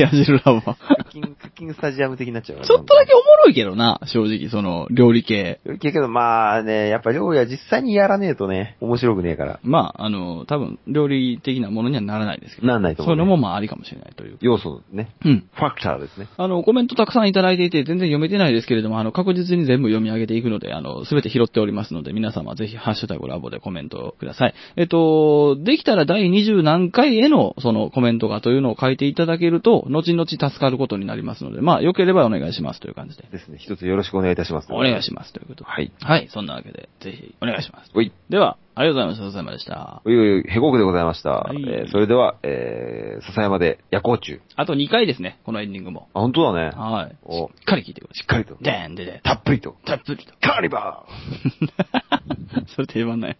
[SPEAKER 1] や汁ラボは。
[SPEAKER 2] クッキング、クッキングスタジアム的になっちゃうから
[SPEAKER 1] ちょっとだけおもろいけどな、正直、その、料理系。
[SPEAKER 2] よりけど、まあね、やっぱ料理は実際にやらねえとね、面白くねえから、
[SPEAKER 1] まあ、あの、多分、料理的なものにはならないですけど。
[SPEAKER 2] なんないと思うね
[SPEAKER 1] そういうのもまあ、ありかもしれないという。
[SPEAKER 2] 要素ね、
[SPEAKER 1] うん。
[SPEAKER 2] ファクターですね。
[SPEAKER 1] あの、コメントたくさんいただいていて、全然読めてないですけれども、あの、確実に全部読み上げていくので、あの、すべて拾っておりますので、皆様ぜひ、ハッシュタグラボでコメントをください。えっと、できたら第20何回への、その、コメントがというのを書いていただけると、後々助かることになりますので、まあ、良ければお願いしますという感じで。
[SPEAKER 2] ですね、一つよろしくお願いいたします。
[SPEAKER 1] お願いしますということで。
[SPEAKER 2] はい。
[SPEAKER 1] はい、そんなわけで、ぜひ、お願いします。
[SPEAKER 2] おい。
[SPEAKER 1] では、ありがとうございました。お疲れ様でした。
[SPEAKER 2] おいおいおい、へこくでございました。
[SPEAKER 1] はい
[SPEAKER 2] えーそれでは、えー、笹山で夜行中。
[SPEAKER 1] あと2回ですね、このエンディングも。
[SPEAKER 2] あ、本当だね。
[SPEAKER 1] はい。し
[SPEAKER 2] お
[SPEAKER 1] っかり聞いてください。
[SPEAKER 2] しっかりと
[SPEAKER 1] でんででん。
[SPEAKER 2] たっぷりと。
[SPEAKER 1] たっぷりと。
[SPEAKER 2] カーリバー
[SPEAKER 1] それ定番 なんや。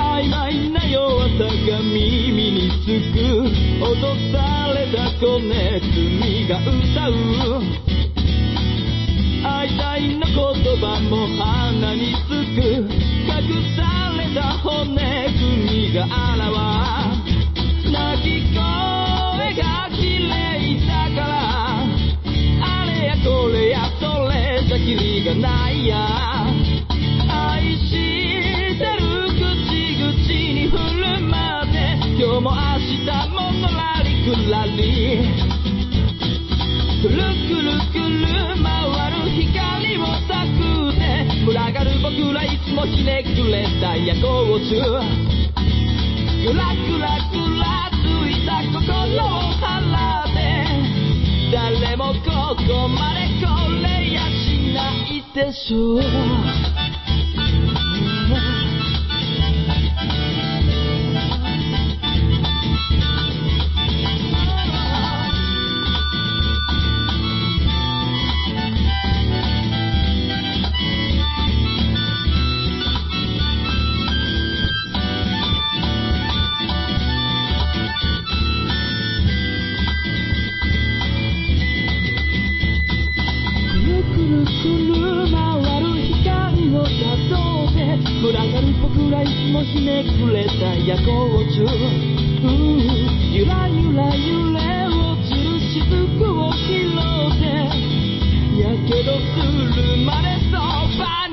[SPEAKER 3] 曖昧な弱さが耳につく脅された子ネズミが歌う愛戴の言葉も鼻につく隠された骨組みが現泣き声が綺麗だからあれやこれやそれじゃキリがないや愛してる口々に振るまで今日も明日ものらりくらりくるくるくる回る光をたくね群がる僕らいつもひねくれた夜行中ぐらぐらぐらついた心を腹で誰もここまでこれやしないでしょう
[SPEAKER 1] がいつもひねくれた夜光虫うんゆらゆら揺れ落ちる雫を拾ってやけどするまでそば